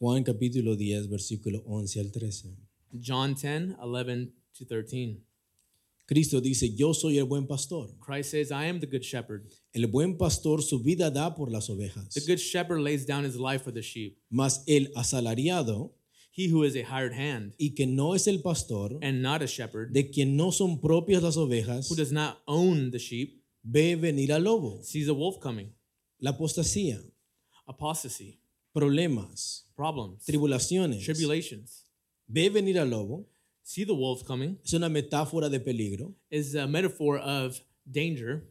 Speaker 1: Juan capítulo 10, versículo 11 al 13.
Speaker 2: John 10, 11 to 13.
Speaker 1: Cristo dice, yo soy el buen pastor.
Speaker 2: Christ says, I am the good shepherd.
Speaker 1: El buen pastor su vida da por las ovejas.
Speaker 2: The good shepherd lays down his life for the sheep.
Speaker 1: Mas el asalariado,
Speaker 2: He who is a hired hand
Speaker 1: y que no es el pastor,
Speaker 2: and not a shepherd,
Speaker 1: de quien no son propias las ovejas,
Speaker 2: who does not own the sheep,
Speaker 1: ve venir al lobo.
Speaker 2: sees a wolf coming.
Speaker 1: La apostasía.
Speaker 2: Apostasy,
Speaker 1: problemas,
Speaker 2: problems,
Speaker 1: tribulaciones.
Speaker 2: tribulations.
Speaker 1: Ve venir al lobo.
Speaker 2: See the wolf coming
Speaker 1: Es una metáfora de peligro.
Speaker 2: is a metaphor of danger.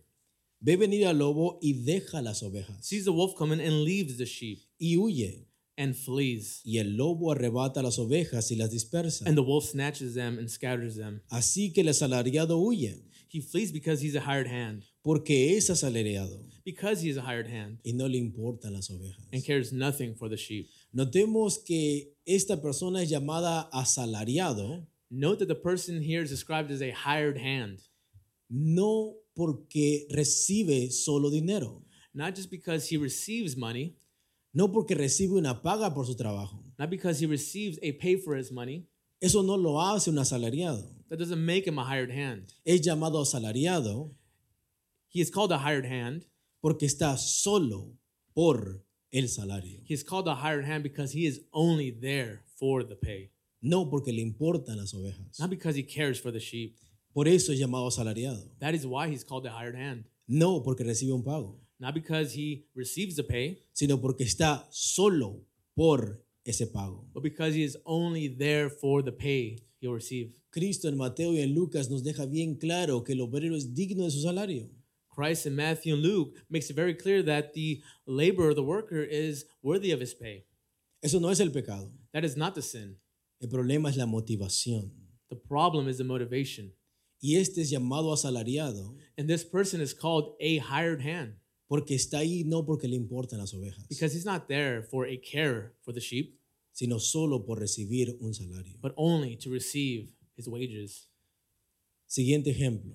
Speaker 1: Ve venir al lobo y deja las ovejas.
Speaker 2: Sees the wolf coming and leaves the sheep
Speaker 1: Y huye.
Speaker 2: and flees.
Speaker 1: Y el lobo arrebata las ovejas y las dispersa.
Speaker 2: And the wolf snatches them and scatters them.
Speaker 1: Así que el asalariado huye,
Speaker 2: He flees because he's a hired hand,
Speaker 1: porque es asalariado
Speaker 2: because he is a hired hand
Speaker 1: y no le importan las ovejas.
Speaker 2: and cares nothing for the sheep.
Speaker 1: Notemos que esta persona es llamada asalariado
Speaker 2: Note that the person here is described as a hired hand,
Speaker 1: no porque recibe solo dinero,
Speaker 2: not just because he receives money,
Speaker 1: no porque recibe una paga por su trabajo.
Speaker 2: not because he receives a pay for his money.
Speaker 1: Eso no lo hace un asalariado.
Speaker 2: That doesn't make him a hired hand.
Speaker 1: es llamado asalariado
Speaker 2: He is called a hired hand.
Speaker 1: porque está solo por el salario,
Speaker 2: He's called a hired hand because he is only there for the pay,
Speaker 1: no porque le importan las ovejas.
Speaker 2: not because he cares for the sheep.
Speaker 1: Por eso es llamado asalariado,
Speaker 2: That is why he's called a hired hand,
Speaker 1: no porque recibe un pago,
Speaker 2: not because he receives the pay,
Speaker 1: sino porque está solo por ese pago.
Speaker 2: but because he is only there for the pay he'll receive.
Speaker 1: Cristo en Mateo y en Lucas nos deja bien claro que el obrero es digno de su salario.
Speaker 2: Christ in Matthew and Luke makes it very clear that the laborer, the worker, is worthy of his pay.
Speaker 1: Eso no es el pecado.
Speaker 2: That is not the sin.
Speaker 1: El problema es la motivación.
Speaker 2: The problem is the motivation.
Speaker 1: Y este es llamado asalariado
Speaker 2: And this person is called a hired hand
Speaker 1: porque está ahí no porque le importan las ovejas,
Speaker 2: because he's not there for a care for the sheep,
Speaker 1: sino solo por recibir un salario.
Speaker 2: but only to receive his wages.
Speaker 1: Siguiente ejemplo,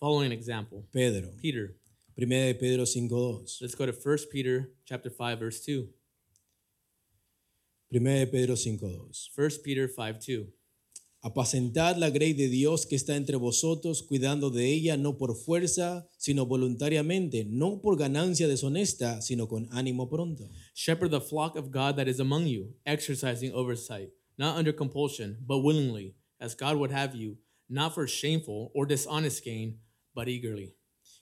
Speaker 2: Following example,
Speaker 1: Pedro,
Speaker 2: Peter.
Speaker 1: 1 de Pedro 5.2.
Speaker 2: Let's go to 1 Peter chapter 5 verse 2.
Speaker 1: 1 de Pedro 5.2.
Speaker 2: 1 Peter 5 2.
Speaker 1: Apacentad la grey de Dios que está entre vosotros, cuidando de ella no por fuerza, sino voluntariamente, no por ganancia deshonesta, sino con ánimo pronto.
Speaker 2: Shepherd the flock of God that is among you, exercising oversight, not under compulsion, but willingly, as God would have you, not for shameful or dishonest gain, but eagerly.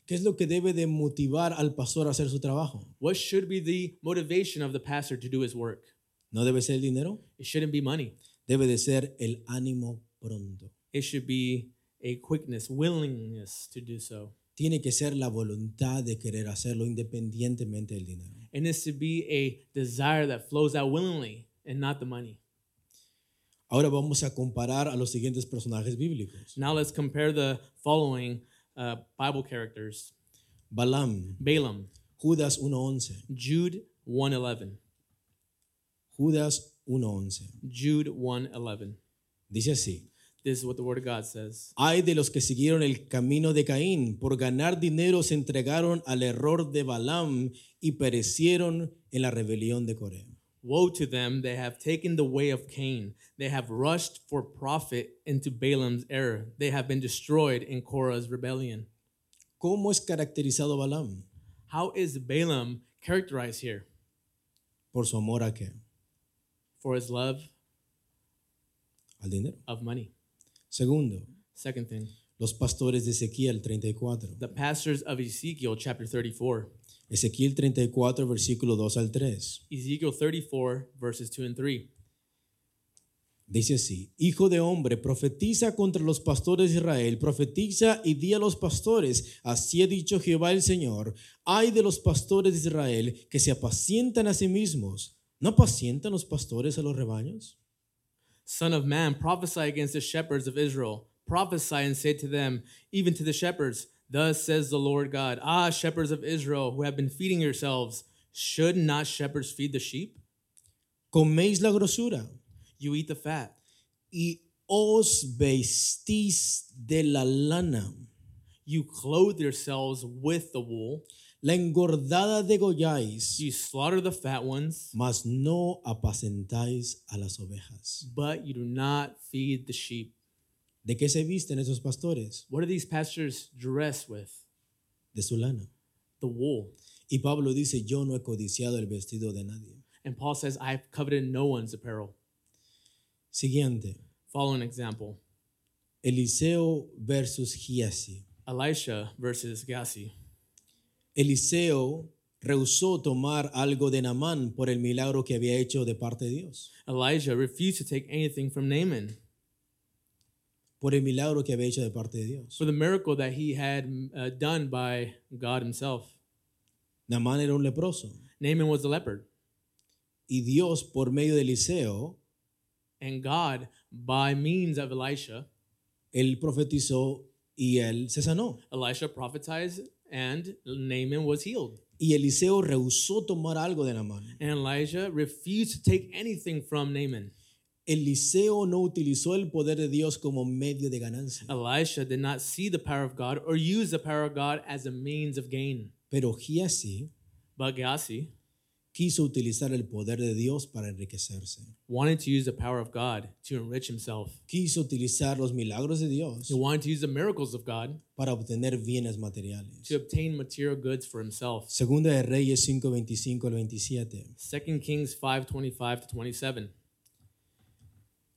Speaker 1: ¿Qué es lo que debe de motivar al pastor a hacer su trabajo?
Speaker 2: What should be the motivation of the pastor to do his work?
Speaker 1: ¿No debe ser el dinero?
Speaker 2: It shouldn't be money.
Speaker 1: Debe de ser el ánimo pronto.
Speaker 2: It should be a quickness, willingness to do so.
Speaker 1: Tiene que ser la voluntad de querer hacerlo independientemente del dinero.
Speaker 2: And it's to be a desire that flows out willingly and not the money.
Speaker 1: Ahora vamos a comparar a los siguientes personajes bíblicos.
Speaker 2: Now let's compare the following uh, Bible characters
Speaker 1: Balaam,
Speaker 2: Balaam,
Speaker 1: Judas 1.11.
Speaker 2: Jude 111.
Speaker 1: Judas 1.11.
Speaker 2: Jude 1:11.
Speaker 1: Dice así.
Speaker 2: This is what the word of God says.
Speaker 1: Ay de los que siguieron el camino de Caín, por ganar dinero se entregaron al error de Balaam y perecieron en la rebelión de Coré.
Speaker 2: Woe to them, they have taken the way of Cain. They have rushed for profit into Balaam's error. They have been destroyed in Korah's rebellion.
Speaker 1: ¿Cómo es caracterizado Balaam?
Speaker 2: How is Balaam characterized here?
Speaker 1: ¿Por su amor a qué?
Speaker 2: For his love
Speaker 1: Al dinero.
Speaker 2: of money.
Speaker 1: Segundo,
Speaker 2: Second thing,
Speaker 1: los pastores de Ezequiel 34.
Speaker 2: the pastors of Ezekiel chapter 34.
Speaker 1: Ezequiel 34, versículo 2 al 3.
Speaker 2: Ezekiel 34, verses 2 and 3.
Speaker 1: Dice así, Hijo de hombre, profetiza contra los pastores de Israel, profetiza y di a los pastores, así ha dicho Jehová el Señor, ay de los pastores de Israel que se apacientan a sí mismos. ¿No apacientan los pastores a los rebaños?
Speaker 2: Son of man, prophesy against the shepherds of Israel. Prophesy and say to them, even to the shepherds, Thus says the Lord God, Ah, shepherds of Israel, who have been feeding yourselves, should not shepherds feed the sheep?
Speaker 1: Coméis la grosura
Speaker 2: You eat the fat,
Speaker 1: y os vestís de la lana.
Speaker 2: you clothe yourselves with the wool,
Speaker 1: La engordada degolláis,
Speaker 2: you slaughter the fat ones,
Speaker 1: mas no apacentáis a las ovejas.
Speaker 2: but you do not feed the sheep.
Speaker 1: ¿De qué se visten esos pastores?
Speaker 2: What are these pastors dressed with?
Speaker 1: De su lana.
Speaker 2: The wool.
Speaker 1: Y Pablo dice, yo no he codiciado el vestido de nadie.
Speaker 2: And Paul says, I have coveted no one's apparel.
Speaker 1: Siguiente,
Speaker 2: Follow an example
Speaker 1: Eliseo versus Giasi.
Speaker 2: Elisha versus Gassi.
Speaker 1: Eliseo rehusó tomar algo de Naamán por el milagro que había hecho de parte de Dios,
Speaker 2: Elijah refused to take anything from Naaman
Speaker 1: por el milagro que había hecho de parte de Dios.
Speaker 2: for the miracle that he had uh, done by God himself.
Speaker 1: Naamán era un leproso
Speaker 2: Naaman was a leopard,
Speaker 1: y Dios por medio de Eliseo,
Speaker 2: and God, by means of Elisha,
Speaker 1: él profetizó y él se sanó.
Speaker 2: Elisha prophesied, and Naaman was healed.
Speaker 1: Y Eliseo rehusó tomar algo de Naamán.
Speaker 2: And Elijah refused to take anything from Naaman.
Speaker 1: Eliseo no utilizó el poder de Dios como medio de ganancia.
Speaker 2: Elisha did not see the power of God or use the power of God as a means of gain.
Speaker 1: Pero Giasi
Speaker 2: But Gehazi
Speaker 1: quiso utilizar el poder de Dios para enriquecerse.
Speaker 2: wanted to use the power of God to enrich himself.
Speaker 1: Quiso utilizar los milagros de Dios
Speaker 2: He wanted to use the miracles of God
Speaker 1: para obtener bienes
Speaker 2: to
Speaker 1: materiales.
Speaker 2: obtain material goods for himself.
Speaker 1: Segunda de Reyes 5:25 al 27.
Speaker 2: 2 Kings 5:25 to 27.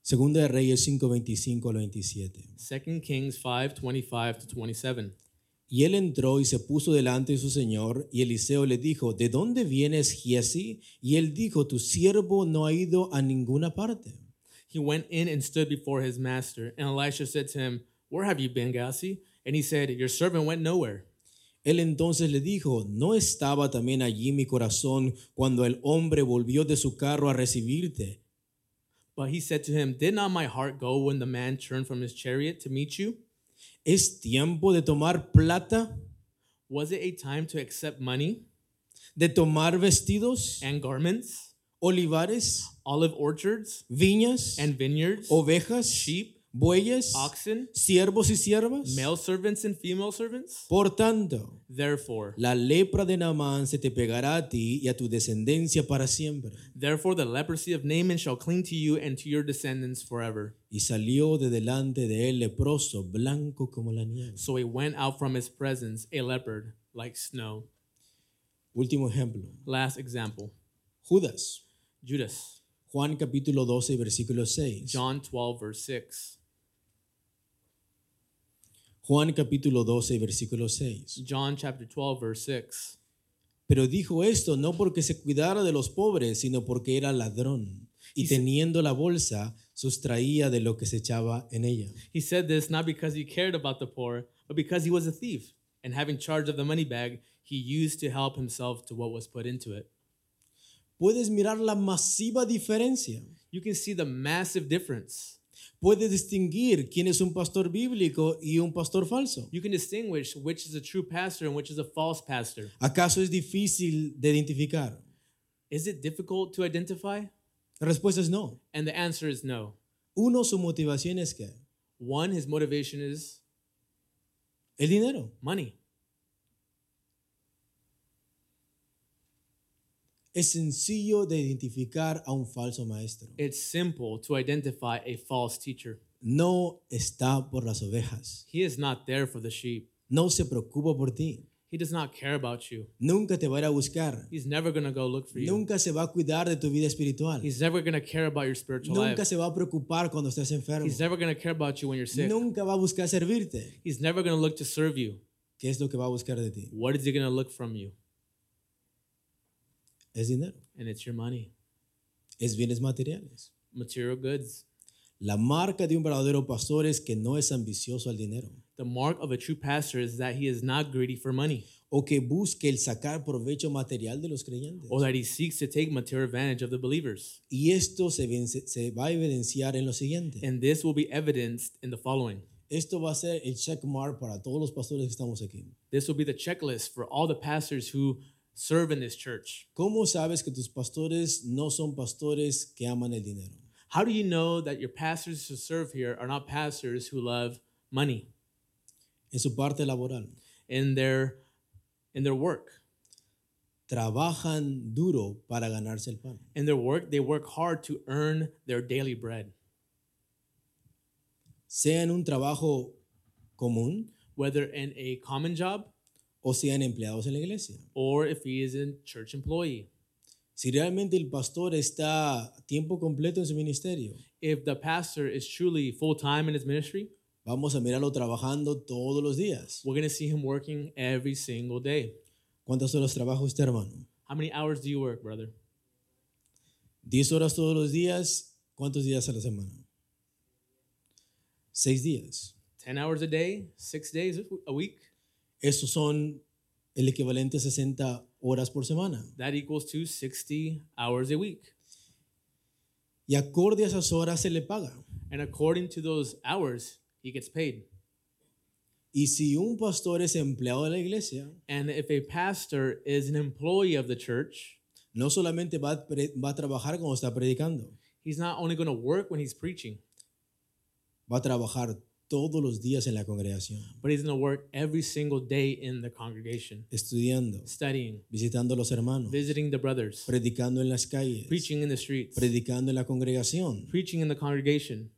Speaker 1: Segunda de Reyes 5:25 al 27.
Speaker 2: 2 Kings 5:25 to 27.
Speaker 1: Y él entró y se puso delante de su señor, y Eliseo le dijo, ¿de dónde vienes, Giesi? Y él dijo, tu siervo no ha ido a ninguna parte.
Speaker 2: He went in and stood before his master, and Elisha said to him, "Where have you been, Gassi?" And he said, "Your servant went nowhere."
Speaker 1: Él entonces le dijo, ¿no estaba también allí mi corazón cuando el hombre volvió de su carro a recibirte?
Speaker 2: But he said to him, "Did not my heart go when the man turned from his chariot to meet you?
Speaker 1: ¿Es tiempo de tomar plata?
Speaker 2: Was it a time to accept money
Speaker 1: ¿De tomar vestidos?
Speaker 2: and garments
Speaker 1: olivares,
Speaker 2: olive orchards
Speaker 1: viñas,
Speaker 2: and vineyards,
Speaker 1: ovejas,
Speaker 2: sheep,
Speaker 1: bueyes,
Speaker 2: oxen,
Speaker 1: siervos y siervas.
Speaker 2: male servants and female servants.
Speaker 1: Por tanto,
Speaker 2: Therefore,
Speaker 1: la lepra de Naamán se te pegará a ti y a tu descendencia para siempre.
Speaker 2: therefore the leprosy of Naaman shall cling to you and to your descendants forever.
Speaker 1: Y salió de delante de él leproso, blanco como la nieve.
Speaker 2: So he went out from his presence, a leopard like snow.
Speaker 1: Último ejemplo.
Speaker 2: Last example,
Speaker 1: Judas.
Speaker 2: Judas,
Speaker 1: Juan capítulo 12, versículo 6.
Speaker 2: John 12, verse 6.
Speaker 1: Juan capítulo 12, versículo 6.
Speaker 2: John chapter 12, verse 6.
Speaker 1: Pero dijo esto no porque se cuidara de los pobres, sino porque era ladrón. Y teniendo la bolsa, sustraía de lo que se echaba en ella.
Speaker 2: He said this not because he cared about the poor, but because he was a thief, and having charge of the money bag, he used to help himself to what was put into it.
Speaker 1: Puedes mirar la masiva diferencia.
Speaker 2: You can see the massive difference.
Speaker 1: Puedes distinguir quién es un pastor bíblico y un pastor falso.
Speaker 2: You can distinguish which is a true pastor and which is a false pastor.
Speaker 1: ¿Acaso es difícil de identificar?
Speaker 2: Is it difficult to identify?
Speaker 1: La respuesta es no.
Speaker 2: And the answer is no.
Speaker 1: Uno, su motivación es que
Speaker 2: One, his motivation is
Speaker 1: el dinero.
Speaker 2: money.
Speaker 1: Es sencillo de identificar a un falso maestro.
Speaker 2: It's simple to identify a false teacher.
Speaker 1: No está por las ovejas.
Speaker 2: He is not there for the sheep.
Speaker 1: No se preocupa por ti.
Speaker 2: He does not care about you.
Speaker 1: Nunca te va a ir a buscar.
Speaker 2: He's never going to go look for you.
Speaker 1: Nunca se va a cuidar de tu vida espiritual.
Speaker 2: He's never going to care about your spiritual
Speaker 1: Nunca
Speaker 2: life.
Speaker 1: se va a preocupar cuando estés enfermo.
Speaker 2: He's never going to care about you when you're sick.
Speaker 1: Nunca va a buscar servirte.
Speaker 2: He's never going to look to serve you.
Speaker 1: ¿Qué es lo que va a buscar de ti?
Speaker 2: What is he going to look from you?
Speaker 1: Es dinero.
Speaker 2: And it's your money,
Speaker 1: Es bienes materiales.
Speaker 2: material goods.
Speaker 1: La marca de un verdadero pastor es que no es ambicioso al dinero
Speaker 2: The mark of a true pastor is that he is not greedy for money
Speaker 1: o que busque el sacar provecho material de los creyentes.
Speaker 2: or that he seeks to take material advantage of the believers.
Speaker 1: Y esto se, ven- se- se va a evidenciar en lo siguiente.
Speaker 2: And this will be evidenced in the following.
Speaker 1: Esto va a ser el checkmark para todos los pastores que estamos aquí.
Speaker 2: This will be the checklist for all the pastors who serve in this church.
Speaker 1: ¿Cómo sabes que tus pastores no son pastores que aman el dinero?
Speaker 2: How do you know that your pastors who serve here are not pastors who love money
Speaker 1: En su parte laboral,
Speaker 2: in their in their work?
Speaker 1: trabajan duro para ganarse el pan.
Speaker 2: In their work, they work hard to earn their daily bread,
Speaker 1: Sea en un trabajo común
Speaker 2: whether in a common job
Speaker 1: o sean empleados en la iglesia.
Speaker 2: or if he is a church employee.
Speaker 1: Si realmente el pastor está a tiempo completo en su ministerio,
Speaker 2: If the pastor is truly full time in his ministry,
Speaker 1: vamos a mirarlo trabajando todos los días.
Speaker 2: we're gonna see him working every single day.
Speaker 1: ¿Cuántas horas trabaja usted, hermano?
Speaker 2: How many hours do you work, brother?
Speaker 1: 10 horas todos los días, ¿cuántos días a la semana? Seis días.
Speaker 2: 10 hours a day, six days a week?
Speaker 1: Esos son el equivalente a 60 horas por semana.
Speaker 2: That equals to 60 hours a week.
Speaker 1: Y acorde a esas horas se le paga.
Speaker 2: And according to those hours, he gets paid.
Speaker 1: Y si un pastor es empleado de la iglesia,
Speaker 2: And if a pastor is an employee of the church,
Speaker 1: no solamente va a, pre- va a trabajar cuando está predicando,
Speaker 2: he's not only going to work when he's preaching,
Speaker 1: va a trabajar todos los días en la congregación,
Speaker 2: but he's going to work every single day in the congregation,
Speaker 1: estudiando,
Speaker 2: studying,
Speaker 1: visitando a los hermanos,
Speaker 2: visiting the brothers,
Speaker 1: predicando en las calles,
Speaker 2: preaching in the streets,
Speaker 1: predicando en la congregación.
Speaker 2: preaching in the congregation.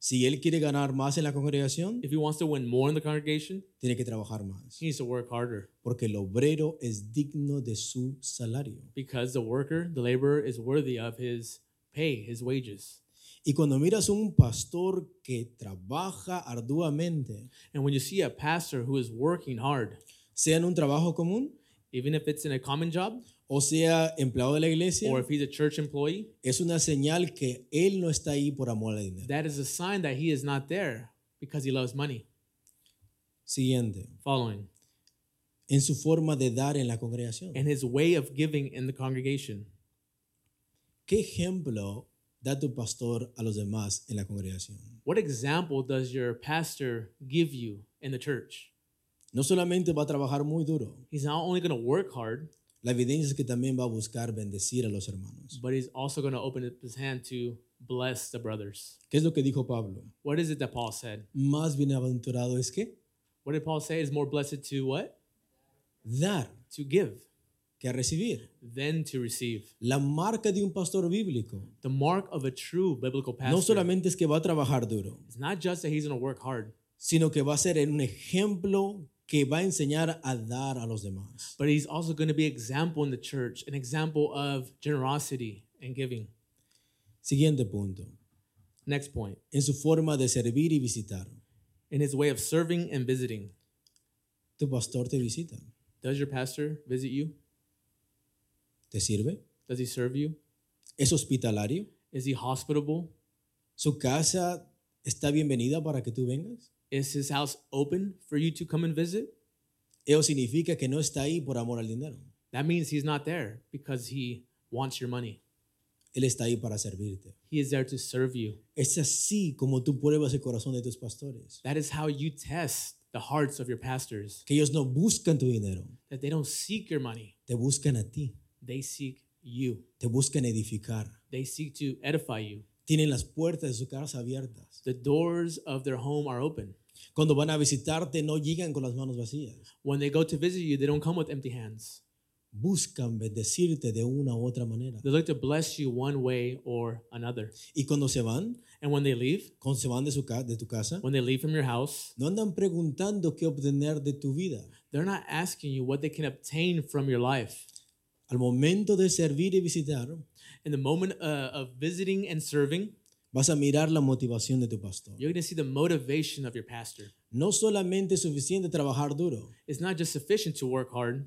Speaker 1: Si él quiere ganar más en la congregación,
Speaker 2: If he wants to win more in the congregation,
Speaker 1: tiene que trabajar más.
Speaker 2: he needs to work harder
Speaker 1: porque el obrero es digno de su salario.
Speaker 2: because the worker, the laborer, is worthy of his pay, his wages.
Speaker 1: Y cuando miras un pastor que trabaja arduamente,
Speaker 2: And when you see a pastor who is working hard,
Speaker 1: sea en un trabajo común
Speaker 2: even if it's in a common job
Speaker 1: o sea empleado de la iglesia,
Speaker 2: or if he's a church employee,
Speaker 1: es una señal que él no está ahí por amor al dinero.
Speaker 2: that is a sign that he is not there because he loves money.
Speaker 1: Siguiente,
Speaker 2: Following
Speaker 1: en su forma de dar en la congregación.
Speaker 2: and his way of giving in the congregation.
Speaker 1: ¿Qué ejemplo da tu pastor a los demás en la congregación?
Speaker 2: What example does your pastor give you in the church?
Speaker 1: No solamente va a trabajar muy duro,
Speaker 2: He's not only going to work hard,
Speaker 1: la La evidencia es que también va a buscar bendecir a los hermanos.
Speaker 2: but he's also going to open up his hand to bless the brothers.
Speaker 1: ¿Qué es lo que dijo Pablo?
Speaker 2: What is it that Paul said?
Speaker 1: Más bienaventurado es que
Speaker 2: What did Paul say? Is more blessed to what?
Speaker 1: dar
Speaker 2: To give
Speaker 1: que a recibir.
Speaker 2: than to receive.
Speaker 1: La marca de un pastor bíblico
Speaker 2: The mark of a true biblical pastor
Speaker 1: no solamente es que va a trabajar duro,
Speaker 2: is not just that he's going to work hard,
Speaker 1: sino que va a ser un ejemplo que va a enseñar a dar a los demás.
Speaker 2: but he's also going to be example in the church, an example of generosity and giving.
Speaker 1: Siguiente punto.
Speaker 2: Next point,
Speaker 1: En su forma de servir y visitar.
Speaker 2: in his way of serving and visiting.
Speaker 1: Tu pastor te visita.
Speaker 2: Does your pastor visit you?
Speaker 1: ¿Te sirve?
Speaker 2: Does he serve you?
Speaker 1: ¿Es hospitalario?
Speaker 2: Is he hospitable?
Speaker 1: ¿Su casa está bienvenida para que tú vengas?
Speaker 2: Is his house open for you to come and visit?
Speaker 1: Eso significa que no está ahí por amor al dinero.
Speaker 2: That means he's not there because he wants your money.
Speaker 1: Él está ahí para servirte.
Speaker 2: He is there to serve you.
Speaker 1: Es así como tú pruebas el corazón de tus pastores.
Speaker 2: That is how you test the hearts of your pastors,
Speaker 1: Que ellos no buscan tu dinero,
Speaker 2: that they don't seek your money,
Speaker 1: te buscan a ti,
Speaker 2: they seek you.
Speaker 1: te buscan edificar.
Speaker 2: They seek to edify you.
Speaker 1: Tienen las puertas de su casa abiertas.
Speaker 2: The doors of their home are open.
Speaker 1: Cuando van a visitarte no llegan con las manos vacías.
Speaker 2: When they go to visit you, they don't come with empty hands.
Speaker 1: Buscan bendecirte de una u otra manera.
Speaker 2: They look to bless you one way or another.
Speaker 1: Y cuando se van,
Speaker 2: And when they leave,
Speaker 1: cuando se van de, su ca- de tu casa,
Speaker 2: when they leave from your house,
Speaker 1: no andan preguntando qué obtener de tu vida.
Speaker 2: they're not asking you what they can obtain from your life.
Speaker 1: Al momento de servir y visitar,
Speaker 2: In the moment uh, of visiting and serving,
Speaker 1: vas a mirar la motivación de tu pastor.
Speaker 2: you're going to see the motivation of your pastor.
Speaker 1: No solamente es suficiente trabajar duro,
Speaker 2: It's not just sufficient to work hard,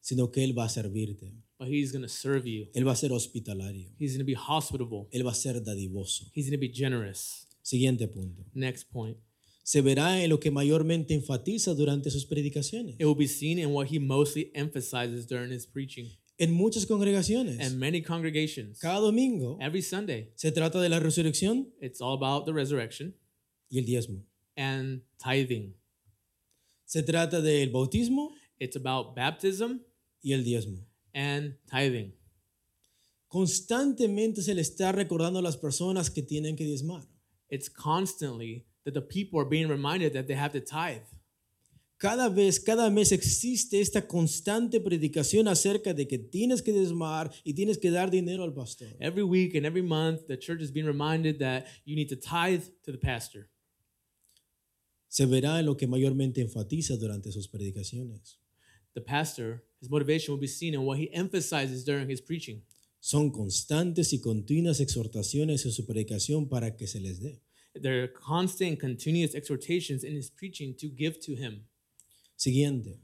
Speaker 1: sino que él va a servirte.
Speaker 2: but he's going to serve you.
Speaker 1: Él va a ser hospitalario.
Speaker 2: He's going to be hospitable.
Speaker 1: Él va a ser dadivoso.
Speaker 2: He's going to be generous.
Speaker 1: Siguiente punto.
Speaker 2: Next point.
Speaker 1: Se verá en lo que mayormente enfatiza durante sus predicaciones.
Speaker 2: It will be seen in what he mostly emphasizes during his preaching.
Speaker 1: En muchas congregaciones,
Speaker 2: And many congregations,
Speaker 1: cada domingo,
Speaker 2: every Sunday,
Speaker 1: se trata de la resurrección
Speaker 2: it's all about the resurrection
Speaker 1: y el diezmo.
Speaker 2: and tithing.
Speaker 1: Se trata del bautismo
Speaker 2: It's about baptism
Speaker 1: y el diezmo.
Speaker 2: and tithing.
Speaker 1: Constantemente se le está recordando a las personas que tienen que diezmar.
Speaker 2: It's constantly that the people are being reminded that they have to tithe.
Speaker 1: Cada vez, cada mes existe esta constante predicación acerca de que tienes que diezmar y tienes que dar dinero al pastor.
Speaker 2: Every week and every month, the church is being reminded that you need to tithe to the pastor.
Speaker 1: Se verá en lo que mayormente enfatiza durante sus predicaciones.
Speaker 2: The pastor, his motivation will be seen in what he emphasizes during his preaching.
Speaker 1: Son constantes y continuas exhortaciones en su predicación para que se les dé.
Speaker 2: There are constant and continuous exhortations in his preaching to give to him.
Speaker 1: Siguiente.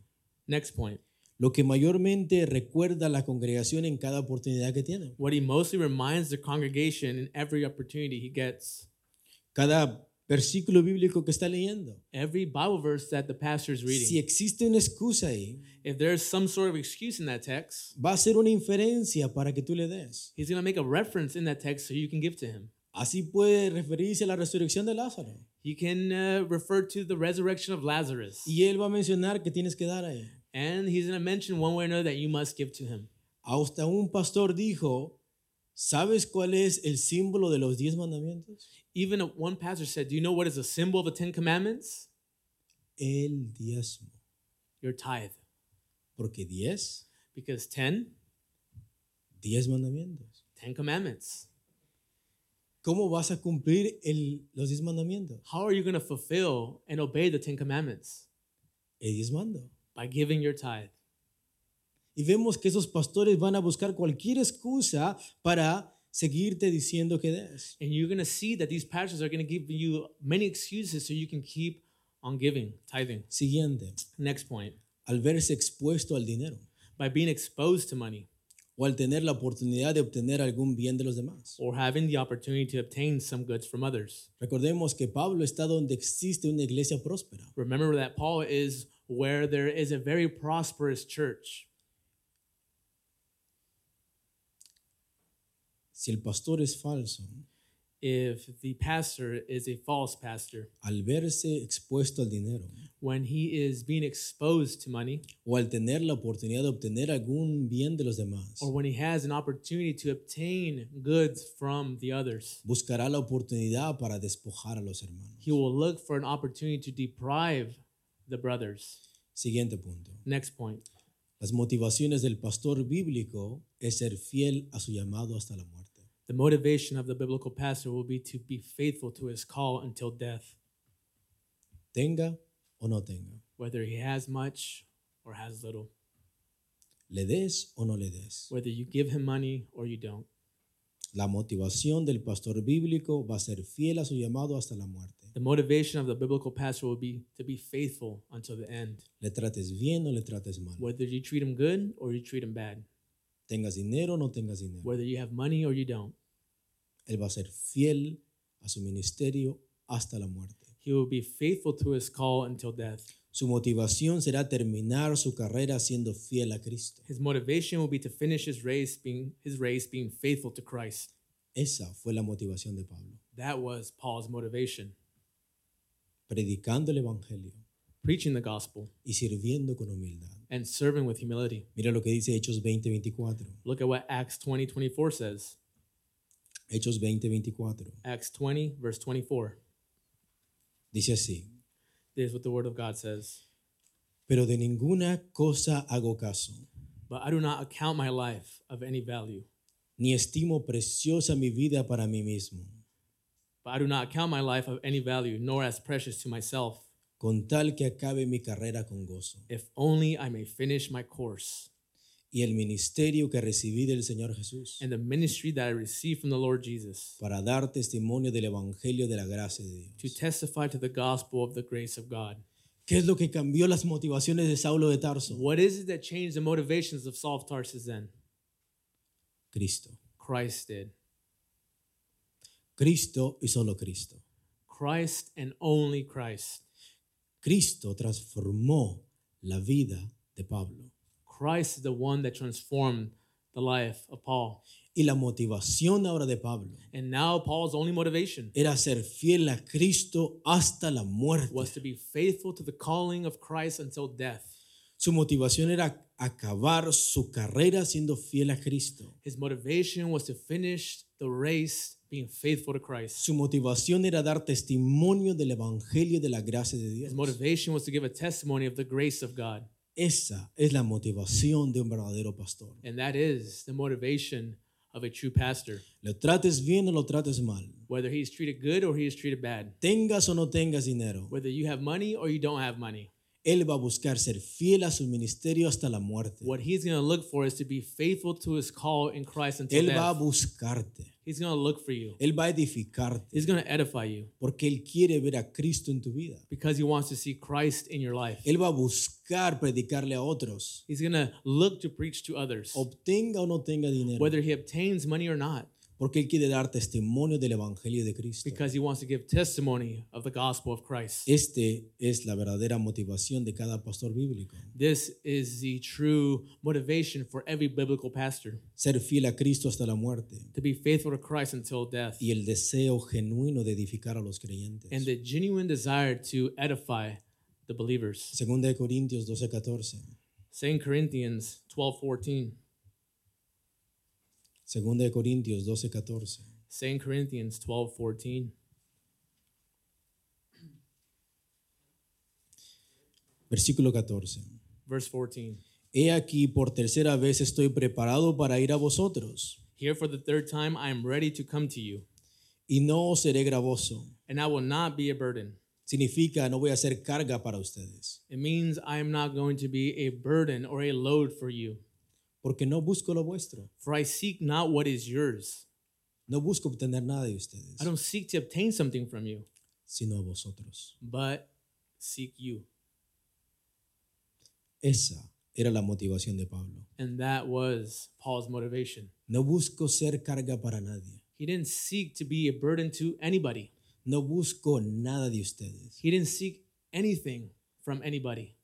Speaker 2: Next point.
Speaker 1: Lo que mayormente recuerda a la congregación en cada oportunidad que tiene.
Speaker 2: What he mostly reminds the congregation in every opportunity he gets,
Speaker 1: Cada versículo bíblico que está leyendo.
Speaker 2: every Bible verse that the pastor is reading.
Speaker 1: Si existe una excusa ahí,
Speaker 2: If there's some sort of excuse in that text,
Speaker 1: va a ser una inferencia para que tú le des.
Speaker 2: he's going to make a reference in that text so you can give to him.
Speaker 1: Así puede referirse a la resurrección de Lázaro.
Speaker 2: He can uh, refer to the resurrection of Lazarus.
Speaker 1: Y él va a mencionar que tienes que dar a él.
Speaker 2: And he's going to mention one way or another that you must give to him.
Speaker 1: Hasta un pastor dijo, ¿sabes cuál es el símbolo de los diez mandamientos?
Speaker 2: Even a, one pastor said, Do you know what is a symbol of the Ten Commandments?
Speaker 1: El diezmo.
Speaker 2: Your tithe.
Speaker 1: Porque diez,
Speaker 2: Because ten,
Speaker 1: diez mandamientos.
Speaker 2: ten commandments.
Speaker 1: ¿Cómo vas a cumplir el- los diez mandamientos?
Speaker 2: How are you going to fulfill and obey the Ten Commandments?
Speaker 1: El diezmando.
Speaker 2: By giving your tithe.
Speaker 1: Y vemos que esos pastores van a buscar cualquier excusa para seguirte diciendo que des.
Speaker 2: And you're going to see that these pastors are going to give you many excuses so you can keep on giving, tithing.
Speaker 1: Siguiente,
Speaker 2: Next point.
Speaker 1: al verse expuesto al dinero
Speaker 2: By being exposed to money
Speaker 1: o al tener la oportunidad de obtener algún bien de los demás.
Speaker 2: or having the opportunity to obtain some goods from others.
Speaker 1: Recordemos que Pablo está donde existe una iglesia próspera.
Speaker 2: Remember that Paul is where there is a very prosperous church.
Speaker 1: Si el pastor es falso,
Speaker 2: if the pastor is a false pastor,
Speaker 1: al verse expuesto al dinero
Speaker 2: when he is being exposed to money,
Speaker 1: o al tener la oportunidad de obtener algún bien de los demás.
Speaker 2: or when he has an opportunity to obtain goods from the others.
Speaker 1: Buscará la oportunidad para despojar a los hermanos.
Speaker 2: He will look for an opportunity to deprive the brothers.
Speaker 1: Siguiente punto.
Speaker 2: Next point.
Speaker 1: Las motivaciones del pastor bíblico es ser fiel a su llamado hasta la muerte.
Speaker 2: The motivation of the biblical pastor will be to be faithful to his call until death,
Speaker 1: Tenga o no tenga.
Speaker 2: whether he has much or has little,
Speaker 1: Le des o no le des.
Speaker 2: whether you give him money or you don't.
Speaker 1: La motivación del pastor bíblico va a ser fiel a su llamado hasta la muerte.
Speaker 2: The motivation of the biblical pastor will be to be faithful until the end,
Speaker 1: Le trates bien o le trates mal.
Speaker 2: whether you treat him good or you treat him bad,
Speaker 1: Tengas dinero o no tengas dinero.
Speaker 2: whether you have money or you don't.
Speaker 1: Él va a ser fiel a su ministerio hasta la muerte.
Speaker 2: He will be faithful to his call until death.
Speaker 1: Su motivación será terminar su carrera siendo fiel a Cristo.
Speaker 2: His motivation will be to finish his race being his race being faithful to Christ.
Speaker 1: Esa fue la motivación de Pablo,
Speaker 2: That was Paul's motivation,
Speaker 1: predicando el Evangelio
Speaker 2: preaching the gospel
Speaker 1: y sirviendo con humildad.
Speaker 2: and serving with humility.
Speaker 1: Mira lo que dice Hechos 20:24.
Speaker 2: Look at what Acts 20, 24 says.
Speaker 1: Hechos 20:24.
Speaker 2: Acts 20, verse 24.
Speaker 1: Dice así,
Speaker 2: This is what the word of God says.
Speaker 1: pero de ninguna cosa hago caso,
Speaker 2: But I do not account my life of any value.
Speaker 1: ni estimo preciosa mi vida para mí mismo,
Speaker 2: But I do not account my life of any value, nor as precious to myself,
Speaker 1: con tal que acabe mi carrera con gozo
Speaker 2: if only I may finish my course
Speaker 1: y el ministerio que recibí del Señor Jesús
Speaker 2: and the ministry that I received from the Lord Jesus
Speaker 1: para dar testimonio del Evangelio de la gracia de
Speaker 2: to
Speaker 1: Dios.
Speaker 2: testify to the gospel of the grace of God.
Speaker 1: ¿Qué es lo que cambió las motivaciones de Saulo de Tarso?
Speaker 2: What is it that changed the motivations of Saul of Tarsus then?
Speaker 1: Cristo.
Speaker 2: Christ did.
Speaker 1: Cristo y solo Cristo.
Speaker 2: Christ and only Christ.
Speaker 1: Cristo transformó la vida de Pablo.
Speaker 2: Christ is the one that transformed the life of Paul.
Speaker 1: Y la motivación ahora de Pablo
Speaker 2: And now Paul's only motivation
Speaker 1: era ser fiel a Cristo hasta la
Speaker 2: was
Speaker 1: muerte.
Speaker 2: to be faithful to the calling of Christ until death.
Speaker 1: Su motivación era acabar su carrera siendo fiel a Cristo.
Speaker 2: His motivation was to finish the race being faithful to Christ.
Speaker 1: Su motivación era dar testimonio del Evangelio y de la gracia de Dios.
Speaker 2: His motivation was to give a testimony of the grace of God.
Speaker 1: Esa es la motivación de un verdadero pastor.
Speaker 2: And that is the motivation of a true pastor,
Speaker 1: Lo trates bien o lo trates mal.
Speaker 2: whether he is treated good or he is treated bad,
Speaker 1: Tengas o no tengas dinero,
Speaker 2: whether you have money or you don't have money.
Speaker 1: él va a buscar ser fiel a su ministerio hasta la muerte.
Speaker 2: What he's going to look for is to be faithful to his call in Christ until
Speaker 1: Él va a
Speaker 2: death.
Speaker 1: buscarte.
Speaker 2: He's going to look for you.
Speaker 1: Él va a edificarte.
Speaker 2: He's going to edify you
Speaker 1: Porque Él quiere ver a Cristo en tu vida.
Speaker 2: because he wants to see Christ in your life.
Speaker 1: Él va a buscar predicarle a otros.
Speaker 2: He's going to look to preach to others,
Speaker 1: Obtenga o no tenga dinero.
Speaker 2: whether he obtains money or not,
Speaker 1: Porque Él quiere dar testimonio del Evangelio de Cristo.
Speaker 2: because he wants to give testimony of the gospel of Christ.
Speaker 1: Este es la verdadera motivación de cada pastor bíblico.
Speaker 2: This is the true motivation for every biblical pastor
Speaker 1: Ser fiel a Cristo hasta la muerte.
Speaker 2: to be faithful to Christ until death
Speaker 1: Y el deseo genuino de edificar a los creyentes.
Speaker 2: and the genuine desire to edify the believers.
Speaker 1: Segunda de Corintios 12:14.
Speaker 2: 2 Corinthians 12 14.
Speaker 1: Segunda de Corintios 12:14.
Speaker 2: 2 Corinthians 12 14.
Speaker 1: Versículo 14.
Speaker 2: Verse 14.
Speaker 1: He aquí por tercera vez estoy preparado para ir a vosotros,
Speaker 2: Here for the third time I am ready to come to you,
Speaker 1: y no os seré gravoso.
Speaker 2: and I will not be a burden.
Speaker 1: Significa no voy a ser carga para ustedes,
Speaker 2: It means I am not going to be a burden or a load for you,
Speaker 1: porque no busco lo vuestro,
Speaker 2: for I seek not what is yours.
Speaker 1: no busco obtener nada de ustedes,
Speaker 2: I don't seek to obtain something from you,
Speaker 1: sino a vosotros.
Speaker 2: but seek you.
Speaker 1: Esa era la motivación de Pablo.
Speaker 2: And that was Paul's motivation.
Speaker 1: No busco ser carga para nadie,
Speaker 2: He didn't seek to be a burden to anybody,
Speaker 1: no busco nada de ustedes,
Speaker 2: he didn't seek anything from anybody.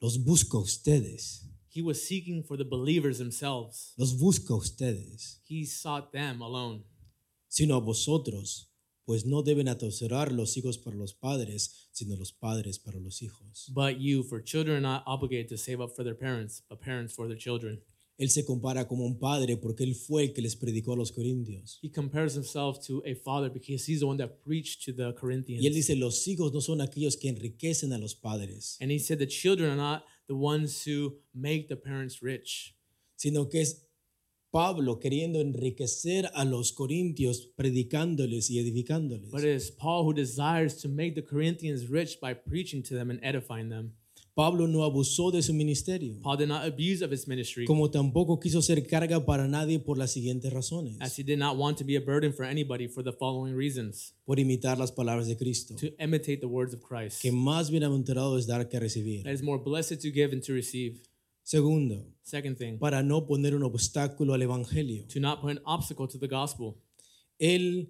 Speaker 1: los busco a ustedes,
Speaker 2: He was seeking for the believers themselves,
Speaker 1: los busco a ustedes,
Speaker 2: he sought them alone.
Speaker 1: sino a vosotros pues no deben atesorar los hijos para los padres, sino los padres para los hijos.
Speaker 2: But you, for children, are not obligated to save up for their parents, but parents for their children.
Speaker 1: Él se compara como un padre porque él fue el que les predicó a los corintios.
Speaker 2: He compares himself to a father because he's the one that preached to the Corinthians.
Speaker 1: Y él dice, los hijos no son aquellos que enriquecen a los padres,
Speaker 2: And he said the children are not the ones who make the parents rich.
Speaker 1: sino que es Pablo queriendo enriquecer a los corintios, predicándoles y edificándoles.
Speaker 2: But it is Paul who desires to make the Corinthians rich by preaching to them and edifying them.
Speaker 1: Pablo no abusó de su ministerio,
Speaker 2: Paul did not abuse of his ministry
Speaker 1: como tampoco quiso ser carga para nadie por las siguientes razones.
Speaker 2: as he did not want to be a burden for anybody for the following reasons
Speaker 1: por imitar las palabras de Cristo,
Speaker 2: to imitate the words of Christ.
Speaker 1: que más bienaventurado es dar que recibir.
Speaker 2: That is more blessed to give and to receive.
Speaker 1: Segundo,
Speaker 2: Second thing,
Speaker 1: para no poner un obstáculo al Evangelio.
Speaker 2: to not put an obstacle to the gospel.
Speaker 1: Él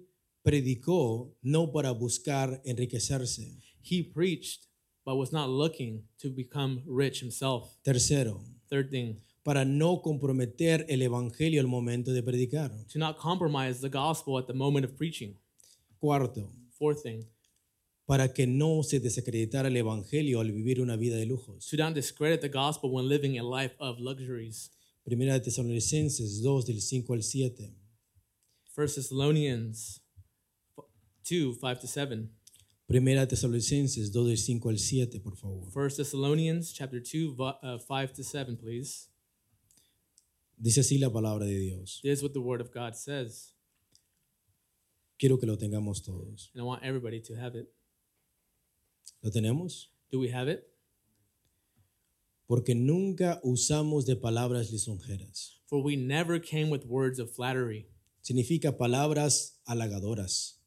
Speaker 1: predicó no para buscar enriquecerse.
Speaker 2: He preached but was not looking to become rich himself.
Speaker 1: Tercero,
Speaker 2: Third thing,
Speaker 1: para no comprometer el Evangelio al momento de predicar.
Speaker 2: to not compromise the gospel at the moment of preaching.
Speaker 1: Cuarto,
Speaker 2: Fourth thing,
Speaker 1: para que no se desacreditara el Evangelio al vivir una vida de lujos.
Speaker 2: to not discredit the gospel when living a life of luxuries.
Speaker 1: Primera de Tesalonicenses 2 del 5 al 7.
Speaker 2: First Thessalonians 2, 5 to 7.
Speaker 1: Primera de Tesalonicenses 2 del 5 al 7, por favor.
Speaker 2: First Thessalonians chapter 2, vi- uh, 5 to 7, please.
Speaker 1: Dice así la palabra de Dios.
Speaker 2: This is what the word of God says,
Speaker 1: Quiero que lo tengamos todos.
Speaker 2: and I want everybody to have it.
Speaker 1: ¿Lo tenemos?
Speaker 2: Do we have it?
Speaker 1: Porque nunca usamos de palabras lisonjeras.
Speaker 2: For we never came with words of flattery.
Speaker 1: Significa palabras halagadoras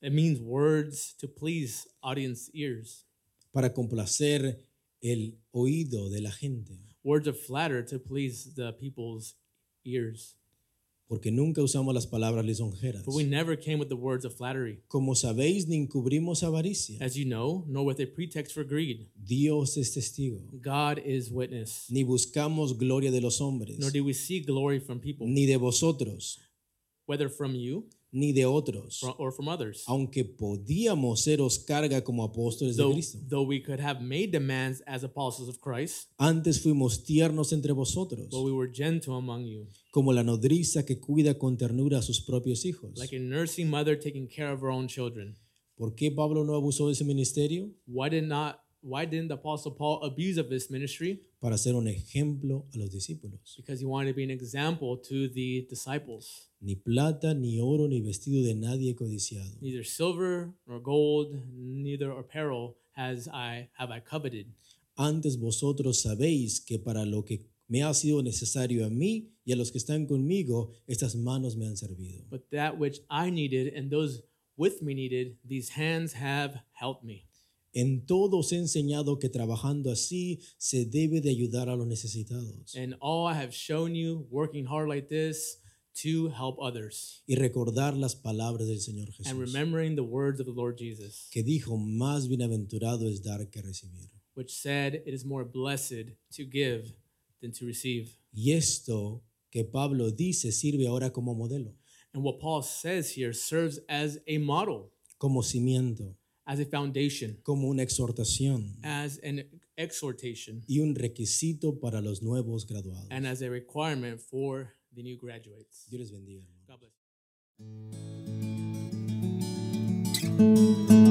Speaker 2: It means words to please audience ears,
Speaker 1: para complacer el oído de la gente.
Speaker 2: words of flatter to please the people's ears.
Speaker 1: Porque nunca usamos las palabras lisonjeras.
Speaker 2: For we never came with the words of flattery.
Speaker 1: Como sabéis, ni encubrimos avaricia.
Speaker 2: As you know, nor with a pretext for greed.
Speaker 1: Dios es testigo.
Speaker 2: God is witness.
Speaker 1: Ni buscamos gloria de los hombres,
Speaker 2: Nor do we see glory from people,
Speaker 1: ni de vosotros,
Speaker 2: whether from you
Speaker 1: ni de otros,
Speaker 2: fro- or from others.
Speaker 1: aunque podíamos seros carga como apóstoles de
Speaker 2: Though,
Speaker 1: Cristo.
Speaker 2: though we could have made demands as apostles of Christ,
Speaker 1: Antes fuimos tiernos entre vosotros,
Speaker 2: but we were gentle among you,
Speaker 1: como la nodriza que cuida con ternura a sus propios hijos.
Speaker 2: like a nursing mother taking care of her own children.
Speaker 1: ¿Por qué Pablo no abusó de ese ministerio?
Speaker 2: Why did not why didn't the apostle Paul abuse of this ministry?
Speaker 1: Para ser un ejemplo a los discípulos.
Speaker 2: Because he wanted to be an example to the disciples.
Speaker 1: Ni plata, ni oro, ni vestido de nadie codiciado.
Speaker 2: Neither silver nor gold, neither apparel has I have I coveted.
Speaker 1: Antes vosotros sabéis que para lo que me ha sido necesario a mí y a los que están conmigo, estas manos me han servido.
Speaker 2: But that which I needed and those with me needed, these hands have helped me.
Speaker 1: En todo os he enseñado que trabajando así se debe de ayudar a los necesitados.
Speaker 2: And all I have shown you, working hard like this to help others.
Speaker 1: Y recordar las palabras del Señor
Speaker 2: And
Speaker 1: Jesús,
Speaker 2: remembering the words of the Lord Jesus,
Speaker 1: que dijo, más bienaventurado es dar que recibir.
Speaker 2: which said, It is more blessed to give than to receive.
Speaker 1: Y esto que Pablo dice sirve ahora como modelo,
Speaker 2: And what Paul says here serves as a model,
Speaker 1: como cimiento,
Speaker 2: as a foundation,
Speaker 1: como una exhortación
Speaker 2: as an exhortation.
Speaker 1: y un requisito para los nuevos graduados.
Speaker 2: and as a requirement for the new graduates.
Speaker 1: Dios les bendiga. hermano.
Speaker 2: God bless.